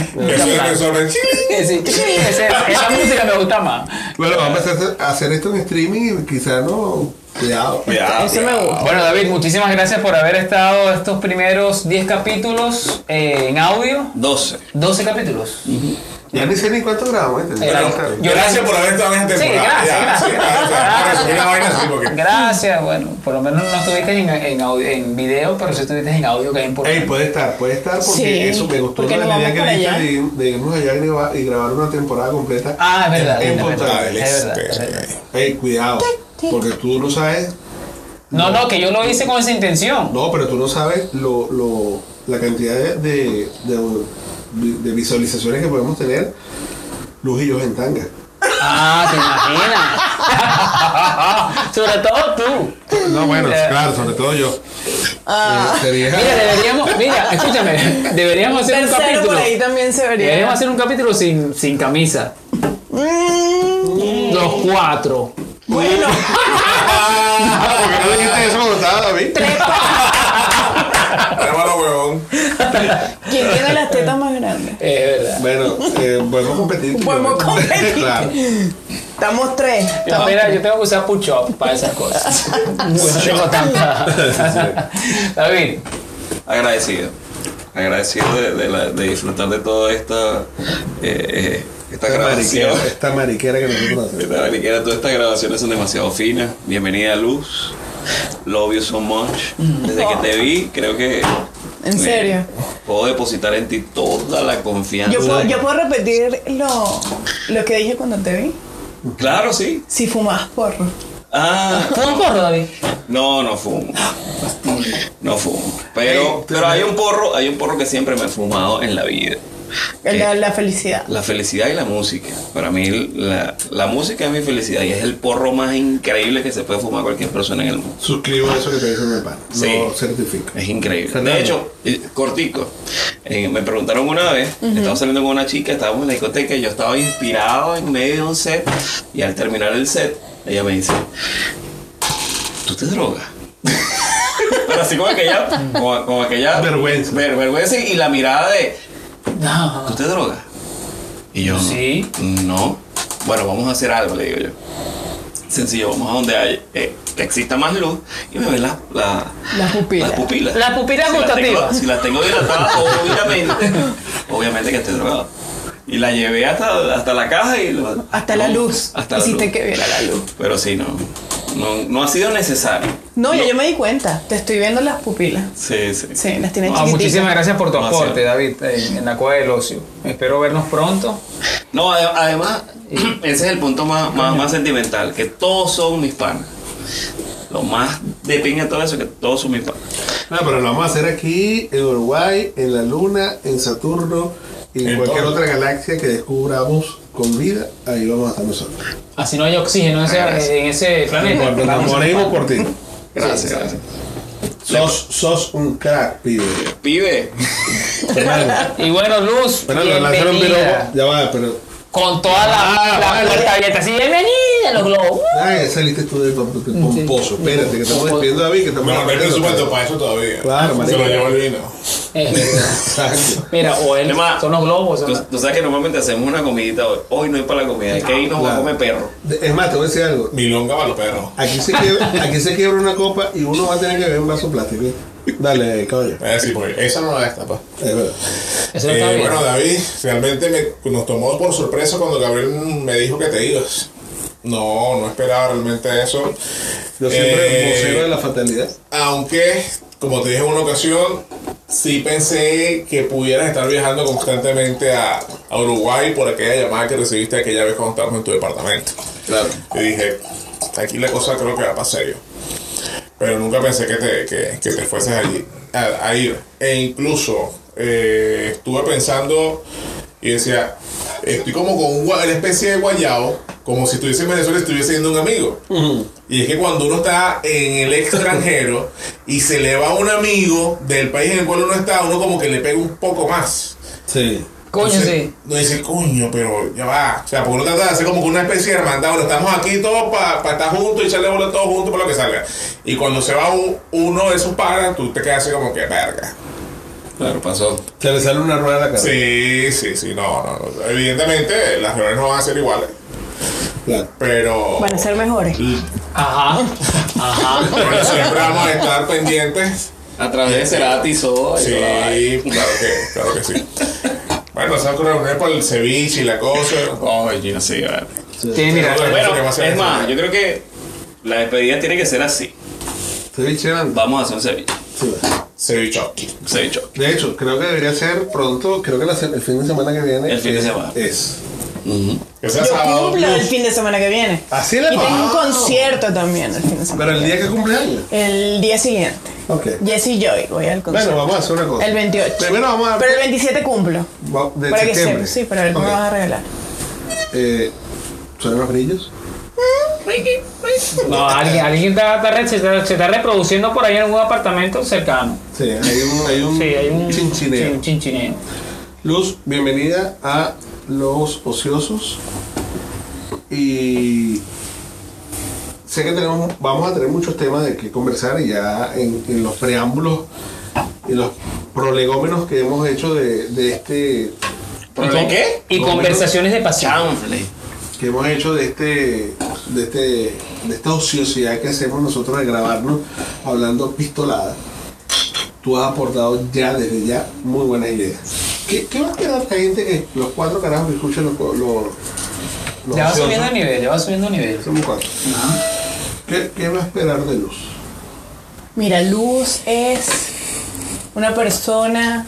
[SPEAKER 6] eso es lo que suena chile.
[SPEAKER 1] Sí, ese- *laughs* esa música me gusta más.
[SPEAKER 3] Bueno, vamos a hacer- a hacer esto en streaming y quizás no. Cuidado.
[SPEAKER 7] Eso me gusta.
[SPEAKER 1] Bueno, David, muchísimas gracias por haber estado estos primeros 10 capítulos eh, en audio.
[SPEAKER 4] 12.
[SPEAKER 1] 12 capítulos.
[SPEAKER 3] Ya ni sé ni cuánto grabamos. ¿eh?
[SPEAKER 1] Era-
[SPEAKER 3] Claro.
[SPEAKER 1] yo-
[SPEAKER 6] Gracias por haber estado en esta
[SPEAKER 1] Sí,
[SPEAKER 6] temporada.
[SPEAKER 1] gracias,
[SPEAKER 6] Ya,
[SPEAKER 1] gracias.
[SPEAKER 6] sí, Para resumir la vaina así, porque.
[SPEAKER 1] Gracias, bueno, por lo menos no estuviste en, en, audio- en video, pero sí estuviste en audio, que es
[SPEAKER 3] Ey,
[SPEAKER 6] pues,
[SPEAKER 1] importante.
[SPEAKER 3] puede estar, puede estar porque
[SPEAKER 7] Sí,
[SPEAKER 3] eso me gustó
[SPEAKER 7] porque
[SPEAKER 3] la
[SPEAKER 7] nos
[SPEAKER 3] idea
[SPEAKER 7] vamos
[SPEAKER 3] que
[SPEAKER 7] para
[SPEAKER 3] diste
[SPEAKER 7] allá.
[SPEAKER 3] de, ir- de irnos allá y grabar, y grabar una temporada completa.
[SPEAKER 1] Ah, es verdad,
[SPEAKER 3] En
[SPEAKER 1] es verdad,
[SPEAKER 3] Punta
[SPEAKER 6] del
[SPEAKER 1] es verdad,
[SPEAKER 6] Este.
[SPEAKER 1] es verdad.
[SPEAKER 3] Ey, cuidado, porque tú no sabes,
[SPEAKER 1] No, no, que yo lo hice con esa intención.
[SPEAKER 3] no, pero tú no sabes lo, lo- la cantidad de, de, de- de visualizaciones que podemos tener Luz y yo en tanga.
[SPEAKER 1] Ah, te *laughs* imaginas. Sobre todo tú.
[SPEAKER 3] No, bueno,
[SPEAKER 1] Eh.
[SPEAKER 3] claro, sobre todo yo. Eh, sería-
[SPEAKER 1] Ah, Mira, deberíamos, mira, escúchame, deberíamos hacer un
[SPEAKER 7] Tercero por
[SPEAKER 1] capítulo.
[SPEAKER 7] ahí también se
[SPEAKER 1] Deberíamos
[SPEAKER 7] vería.
[SPEAKER 1] hacer un capítulo sin, sin camisa. Los cuatro.
[SPEAKER 7] Bueno,
[SPEAKER 3] Ah, porque no dijiste eso cuando estaba David.
[SPEAKER 6] Llámalo, huevón.
[SPEAKER 7] ¿quién tiene las tetas más grandes?
[SPEAKER 1] Es verdad.
[SPEAKER 3] Bueno, eh, podemos competir.
[SPEAKER 7] Podemos competir.
[SPEAKER 3] claro.
[SPEAKER 7] Estamos tres.
[SPEAKER 1] Yo, mira, yo tengo que usar push-up para esas cosas. No tengo tanta. *laughs* David,
[SPEAKER 4] Agradecido. Agradecido de, de la- de disfrutar de toda esta, eh, eh, esta
[SPEAKER 3] Esta
[SPEAKER 4] grabación.
[SPEAKER 3] mariquera, esta mariquera que nosotros hacemos.
[SPEAKER 4] Esta mariquera, todas estas grabaciones son demasiado finas. Bienvenida Luz. Love you so much. Desde que te vi, creo que.
[SPEAKER 7] En
[SPEAKER 4] eh,
[SPEAKER 7] serio.
[SPEAKER 4] Puedo depositar en ti toda la confianza.
[SPEAKER 7] Yo puedo, yo puedo repetir lo, lo que dije cuando te vi.
[SPEAKER 4] Claro, sí.
[SPEAKER 7] Si fumabas porro.
[SPEAKER 4] Ah,
[SPEAKER 1] ¿fue un porro, David?
[SPEAKER 4] no, no fumo. No fumo. Pero, pero hay un porro, hay un porro que siempre me he fumado en la vida.
[SPEAKER 7] La, la felicidad.
[SPEAKER 4] La felicidad y la música. Para mí la, la música es mi felicidad y es el porro más increíble que se puede fumar cualquier persona en el mundo.
[SPEAKER 3] Suscribo eso que te dice mi pana.
[SPEAKER 4] Sí.
[SPEAKER 3] Lo certifico.
[SPEAKER 4] Es increíble.
[SPEAKER 3] Fernando.
[SPEAKER 4] De hecho, eh, cortico, eh, me preguntaron una vez, estaba saliendo con una chica, estábamos en la discoteca y yo estaba inspirado en medio de un set y al terminar el set, ella me dice, ¿tú te drogas? *laughs* Pero así como aquella, como, como aquella
[SPEAKER 3] Vergüenza.
[SPEAKER 4] ver- vergüenza y la mirada de,
[SPEAKER 1] No. Ah,
[SPEAKER 4] ¿tú te drogas? Y yo,
[SPEAKER 1] Sí.
[SPEAKER 4] no. Bueno, vamos a hacer algo, le digo yo. Sencillo, vamos a donde hay, eh, exista más luz y me ven la- la-
[SPEAKER 7] Las pupilas.
[SPEAKER 4] Las pupilas.
[SPEAKER 1] Las pupilas
[SPEAKER 4] Si las tengo-
[SPEAKER 1] gustativas.
[SPEAKER 4] si las tengo dilatadas, *laughs* obviamente. Obviamente que estoy drogado. Y la llevé hasta, hasta la caja y... lo-
[SPEAKER 7] Hasta la luz.
[SPEAKER 4] Hasta la
[SPEAKER 7] Hiciste
[SPEAKER 4] luz.
[SPEAKER 7] que viera la luz.
[SPEAKER 4] Pero sí, no. No, no ha sido necesario.
[SPEAKER 7] No, ya yo me di cuenta. Te estoy viendo las pupilas.
[SPEAKER 4] Sí, sí.
[SPEAKER 7] Sí, las tienes
[SPEAKER 1] Ah,
[SPEAKER 7] chiquititas.
[SPEAKER 1] muchísimas gracias por tu
[SPEAKER 4] Demasiado.
[SPEAKER 1] aporte, David, en, en la cueva del ocio. Espero vernos pronto.
[SPEAKER 4] No, ade- además, *clears throat* ese es el punto más, más, más sentimental, que todos son mis panas. Lo más de pinga de todo eso, que todos son mis panas.
[SPEAKER 3] No, pero lo vamos a hacer aquí, en Uruguay, en la Luna, en Saturno y en,
[SPEAKER 6] En
[SPEAKER 3] cualquier
[SPEAKER 6] todo.
[SPEAKER 3] otra galaxia que descubramos con vida. Ahí vamos a estar nosotros.
[SPEAKER 1] Así no hay oxígeno en
[SPEAKER 4] Gracias.
[SPEAKER 1] ese, en ese planeta.
[SPEAKER 3] Nos morimos por ti.
[SPEAKER 4] Gracias, gracias.
[SPEAKER 3] Sos, sos un crack, pibe.
[SPEAKER 4] Pibe,
[SPEAKER 3] Hermano.
[SPEAKER 1] Y bueno, Luz,
[SPEAKER 3] Bueno, le lanzaron pero
[SPEAKER 1] bienvenida.
[SPEAKER 3] ya va, pero.
[SPEAKER 1] Con toda la,
[SPEAKER 3] Ah,
[SPEAKER 1] la
[SPEAKER 3] vale.
[SPEAKER 1] puerta abierta. Así, bienvenida, los globos.
[SPEAKER 3] Ay, saliste tú del pom- del pomposo. Espérate, que estamos despidiendo a David, que estamos
[SPEAKER 6] Bueno, no hay presupuesto para eso todavía.
[SPEAKER 3] Claro, marica.
[SPEAKER 6] Se lo llevó el vino.
[SPEAKER 1] Eh,
[SPEAKER 3] Exacto.
[SPEAKER 1] *laughs* mira, o él,
[SPEAKER 4] Emma,
[SPEAKER 1] son los globos. son
[SPEAKER 4] tú,
[SPEAKER 1] las-
[SPEAKER 4] tú sabes que normalmente hacemos una comidita hoy. Hoy no hay para la comida, es que
[SPEAKER 7] Ah,
[SPEAKER 4] ahí nos va a
[SPEAKER 3] Claro.
[SPEAKER 4] comer perro.
[SPEAKER 3] De- Es más, te voy a decir algo.
[SPEAKER 6] Milonga para los perros.
[SPEAKER 3] Aquí se, quiebra,
[SPEAKER 7] *laughs*
[SPEAKER 3] aquí se quiebra una copa y uno va a tener que beber un vaso plástico. Dale, caballo.
[SPEAKER 6] Es decir, porque esa no la destapa.
[SPEAKER 3] Es verdad.
[SPEAKER 1] Eso no
[SPEAKER 6] Eh,
[SPEAKER 1] está bien.
[SPEAKER 6] bueno, David, realmente me- nos tomó por sorpresa cuando Gabriel me dijo que te ibas. No, no esperaba realmente eso.
[SPEAKER 3] Yo siempre
[SPEAKER 6] Eh,
[SPEAKER 3] vocero de la fatalidad.
[SPEAKER 6] Aunque, como te dije en una ocasión, sí pensé que pudieras estar viajando constantemente a, a Uruguay por aquella llamada que recibiste aquella vez cuando estábamos en tu departamento.
[SPEAKER 3] Claro.
[SPEAKER 6] Y dije, aquí la cosa creo que va para serio. Pero nunca pensé que te, que, que te fueses allí, a, a ir. E incluso eh, estuve pensando y decía, estoy como con un gua- una especie de guayao, como si estuviese en Venezuela y estuviese siendo un amigo. Y es que cuando uno está en el extranjero y se le va un amigo del país en el cual uno está, uno como que le pega un poco más.
[SPEAKER 3] Sí.
[SPEAKER 1] Coño,
[SPEAKER 6] Entonces,
[SPEAKER 1] sí.
[SPEAKER 6] Uno dice, coño, pero ya va. O sea, porque uno trata de hacer como que una especie de hermandad. Bueno, estamos aquí todos para estar juntos y echarle bola todos juntos por lo que salga. Y cuando se va u- uno de esos paras, tú te quedas así como que, verga.
[SPEAKER 4] Claro, pasó.
[SPEAKER 3] Se le sale una rueda a la cara.
[SPEAKER 6] Sí, sí, sí, no, no. no. Evidentemente, las reuniones no van a ser iguales.
[SPEAKER 3] Claro.
[SPEAKER 6] Pero. *laughs*
[SPEAKER 7] Van a ser mejores.
[SPEAKER 1] *laughs* Ajá. Ajá.
[SPEAKER 6] pero siempre vamos a estar pendientes.
[SPEAKER 4] A través de Cerati,
[SPEAKER 1] Pues
[SPEAKER 4] Soda y
[SPEAKER 6] Sí,
[SPEAKER 4] toda la vaina.
[SPEAKER 6] claro que, claro que sí. Bueno, se van a reunir por el ceviche y la cosa.
[SPEAKER 4] Oye, Oh, sí, vale.
[SPEAKER 1] Sí, mira.
[SPEAKER 6] Bueno, ¿qué
[SPEAKER 4] Bueno,
[SPEAKER 6] más
[SPEAKER 4] es más, yo creo que la despedida tiene que ser así.
[SPEAKER 3] Ceviche grande.
[SPEAKER 4] Vamos a hacer un ceviche.
[SPEAKER 3] Sí.
[SPEAKER 6] Cevichoqui.
[SPEAKER 4] Un ceviche.
[SPEAKER 3] De hecho, creo que debería ser pronto, creo que la se- el fin de semana que viene.
[SPEAKER 4] El fin de
[SPEAKER 3] es-
[SPEAKER 4] semana.
[SPEAKER 3] Es.
[SPEAKER 6] Que sea
[SPEAKER 7] Yo
[SPEAKER 6] sábado.
[SPEAKER 7] cumplo el fin de semana que viene.
[SPEAKER 3] Así le
[SPEAKER 7] Y tengo un
[SPEAKER 3] pasa.
[SPEAKER 7] concierto también el fin de semana.
[SPEAKER 3] Pero el día que cumpleaños.
[SPEAKER 7] El día siguiente.
[SPEAKER 3] Ok.
[SPEAKER 7] Jesse Joy, voy al concierto.
[SPEAKER 3] Bueno, vamos a hacer una cosa.
[SPEAKER 7] El 28.
[SPEAKER 3] Primero vamos a.
[SPEAKER 7] Pero el 27 cumplo.
[SPEAKER 3] va- de
[SPEAKER 7] para que
[SPEAKER 3] septiembre.
[SPEAKER 7] sepa. Sí, para ver cómo
[SPEAKER 3] Ok.
[SPEAKER 7] me vas a regalar.
[SPEAKER 3] Eh, ¿Suenan los grillos?
[SPEAKER 1] No, alguien, alguien está- está re- se, está, se está reproduciendo por ahí en algún apartamento cercano.
[SPEAKER 3] Sí, hay un, hay un
[SPEAKER 1] Sí, hay un
[SPEAKER 3] chinchineo.
[SPEAKER 1] sí, un chinchineo.
[SPEAKER 3] Luz, bienvenida a Los Ociosos. Y sé que tenemos, vamos a tener muchos temas de que conversar y ya en, en los preámbulos y los prolegómenos que hemos hecho de, de este
[SPEAKER 1] ¿Y
[SPEAKER 4] ¿Pero
[SPEAKER 1] con-
[SPEAKER 4] qué?
[SPEAKER 1] Y conversaciones de pasión.
[SPEAKER 4] Chanfle.
[SPEAKER 3] que hemos hecho de este de este de esta ociosidad que hacemos nosotros de grabarnos hablando pistolada tú has aportado ya desde ya muy buenas ideas ¿qué, qué va a quedar la gente que los cuatro carajos que escuchan los co- los los
[SPEAKER 1] Ya va
[SPEAKER 3] ociosos?
[SPEAKER 1] subiendo el nivel, ya va subiendo el nivel.
[SPEAKER 3] somos cuatro ¿Qué, qué va a esperar de Luz?
[SPEAKER 7] Mira, Luz es una persona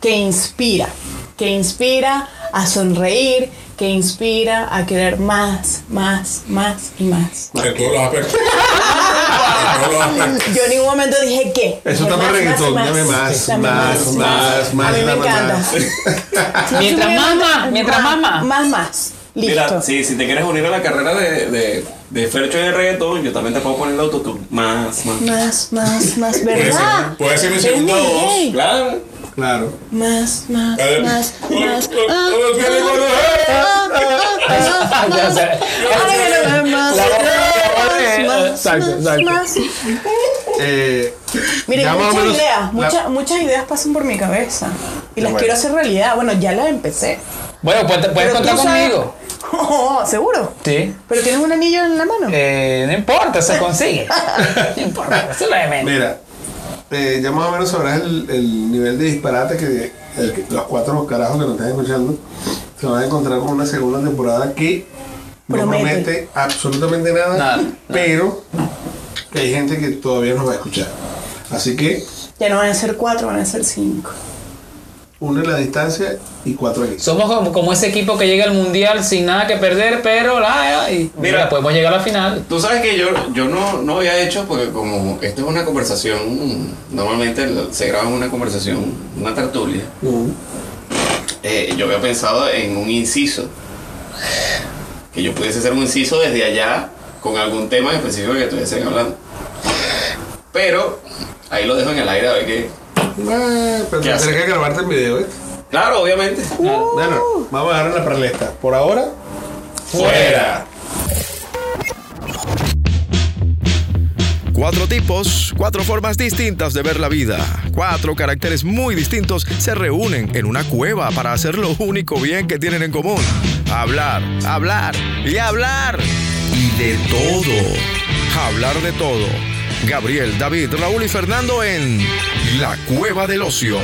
[SPEAKER 7] que inspira, que inspira a sonreír, que inspira a querer más, más, más y más.
[SPEAKER 6] En todos los aspectos. En todos los aspectos.
[SPEAKER 7] Yo en ningún momento dije qué.
[SPEAKER 3] Eso
[SPEAKER 7] Dije,
[SPEAKER 3] está para reggaetón, dame más,
[SPEAKER 7] dame
[SPEAKER 3] más, más, más,
[SPEAKER 7] A mí me
[SPEAKER 3] dame
[SPEAKER 7] encanta.
[SPEAKER 3] más.
[SPEAKER 1] Mientras más, más, mientras más, más.
[SPEAKER 7] Más, más. Listo.
[SPEAKER 4] Mira, si, si te quieres unir a la carrera de, de, de Fercho en el reggaetón, yo también te puedo poner el autotune. Más, más.
[SPEAKER 7] Más, más, más,
[SPEAKER 6] Puede ser-
[SPEAKER 7] ¿verdad?
[SPEAKER 6] Puede ser mi
[SPEAKER 7] Es
[SPEAKER 6] segunda
[SPEAKER 7] mi
[SPEAKER 6] voz.
[SPEAKER 7] gay.
[SPEAKER 4] Claro.
[SPEAKER 3] Claro.
[SPEAKER 7] Más, más,
[SPEAKER 6] Eh,
[SPEAKER 7] más,
[SPEAKER 3] Oh,
[SPEAKER 6] eh,
[SPEAKER 7] más. Ah,
[SPEAKER 6] eh, eh, ¿qué digo? Eh,
[SPEAKER 1] Ah, ya sé.
[SPEAKER 3] Eh,
[SPEAKER 7] Miren,
[SPEAKER 3] ya más o
[SPEAKER 7] muchas
[SPEAKER 3] menos la-
[SPEAKER 7] ideas, mucha- muchas ideas pasan por mi cabeza y las
[SPEAKER 3] Bueno.
[SPEAKER 7] quiero hacer realidad. Bueno, ya las empecé.
[SPEAKER 1] Bueno, pues, puedes
[SPEAKER 7] Pero
[SPEAKER 1] contar
[SPEAKER 7] tú sabes-
[SPEAKER 1] conmigo.
[SPEAKER 7] *laughs* Oh, seguro.
[SPEAKER 1] Sí.
[SPEAKER 7] Pero tienes un anillo en la mano.
[SPEAKER 1] Eh, no importa, se *laughs* consigue. No importa, eso es lo de menos.
[SPEAKER 3] Mira, eh, ya más o menos sabrás el, el nivel de disparate que, el que- los cuatro carajos que nos están escuchando se van a encontrar con una segunda temporada que no
[SPEAKER 7] Promete.
[SPEAKER 3] promete absolutamente nada,
[SPEAKER 1] Nada, nada.
[SPEAKER 3] pero que hay gente que todavía nos va a escuchar. Así que
[SPEAKER 7] Ya no van a ser cuatro, van a ser cinco.
[SPEAKER 3] une la distancia y cuatro aquí.
[SPEAKER 1] Somos como, como ese equipo que llega al mundial sin nada que perder, pero la, y,
[SPEAKER 4] Mira.
[SPEAKER 1] mira, podemos llegar a la final.
[SPEAKER 4] Tú sabes que yo, yo no, no había hecho, porque como esto es una conversación, normalmente lo- se graba en una conversación, una tertulia,
[SPEAKER 3] Ujú.
[SPEAKER 4] eh, yo había pensado en un inciso. Que yo pudiese hacer un inciso desde allá con algún tema en específico que estuviesen hablando. Pero ahí lo dejo en el aire a ver qué.
[SPEAKER 3] Eh, pero
[SPEAKER 4] ¿Qué
[SPEAKER 3] tendré
[SPEAKER 4] hace?
[SPEAKER 3] que grabarte el video, ¿eh?
[SPEAKER 4] Claro, obviamente.
[SPEAKER 3] Bueno, vamos a dejar en la prelesta. Por ahora,
[SPEAKER 6] Fuera.
[SPEAKER 5] Cuatro tipos, cuatro formas distintas de ver la vida, cuatro caracteres muy distintos se reúnen en una cueva para hacer lo único bien que tienen en común. Hablar, hablar y hablar. Y de todo. Hablar de todo. Gabriel, David, Raúl y Fernando en La Cueva del Ocio.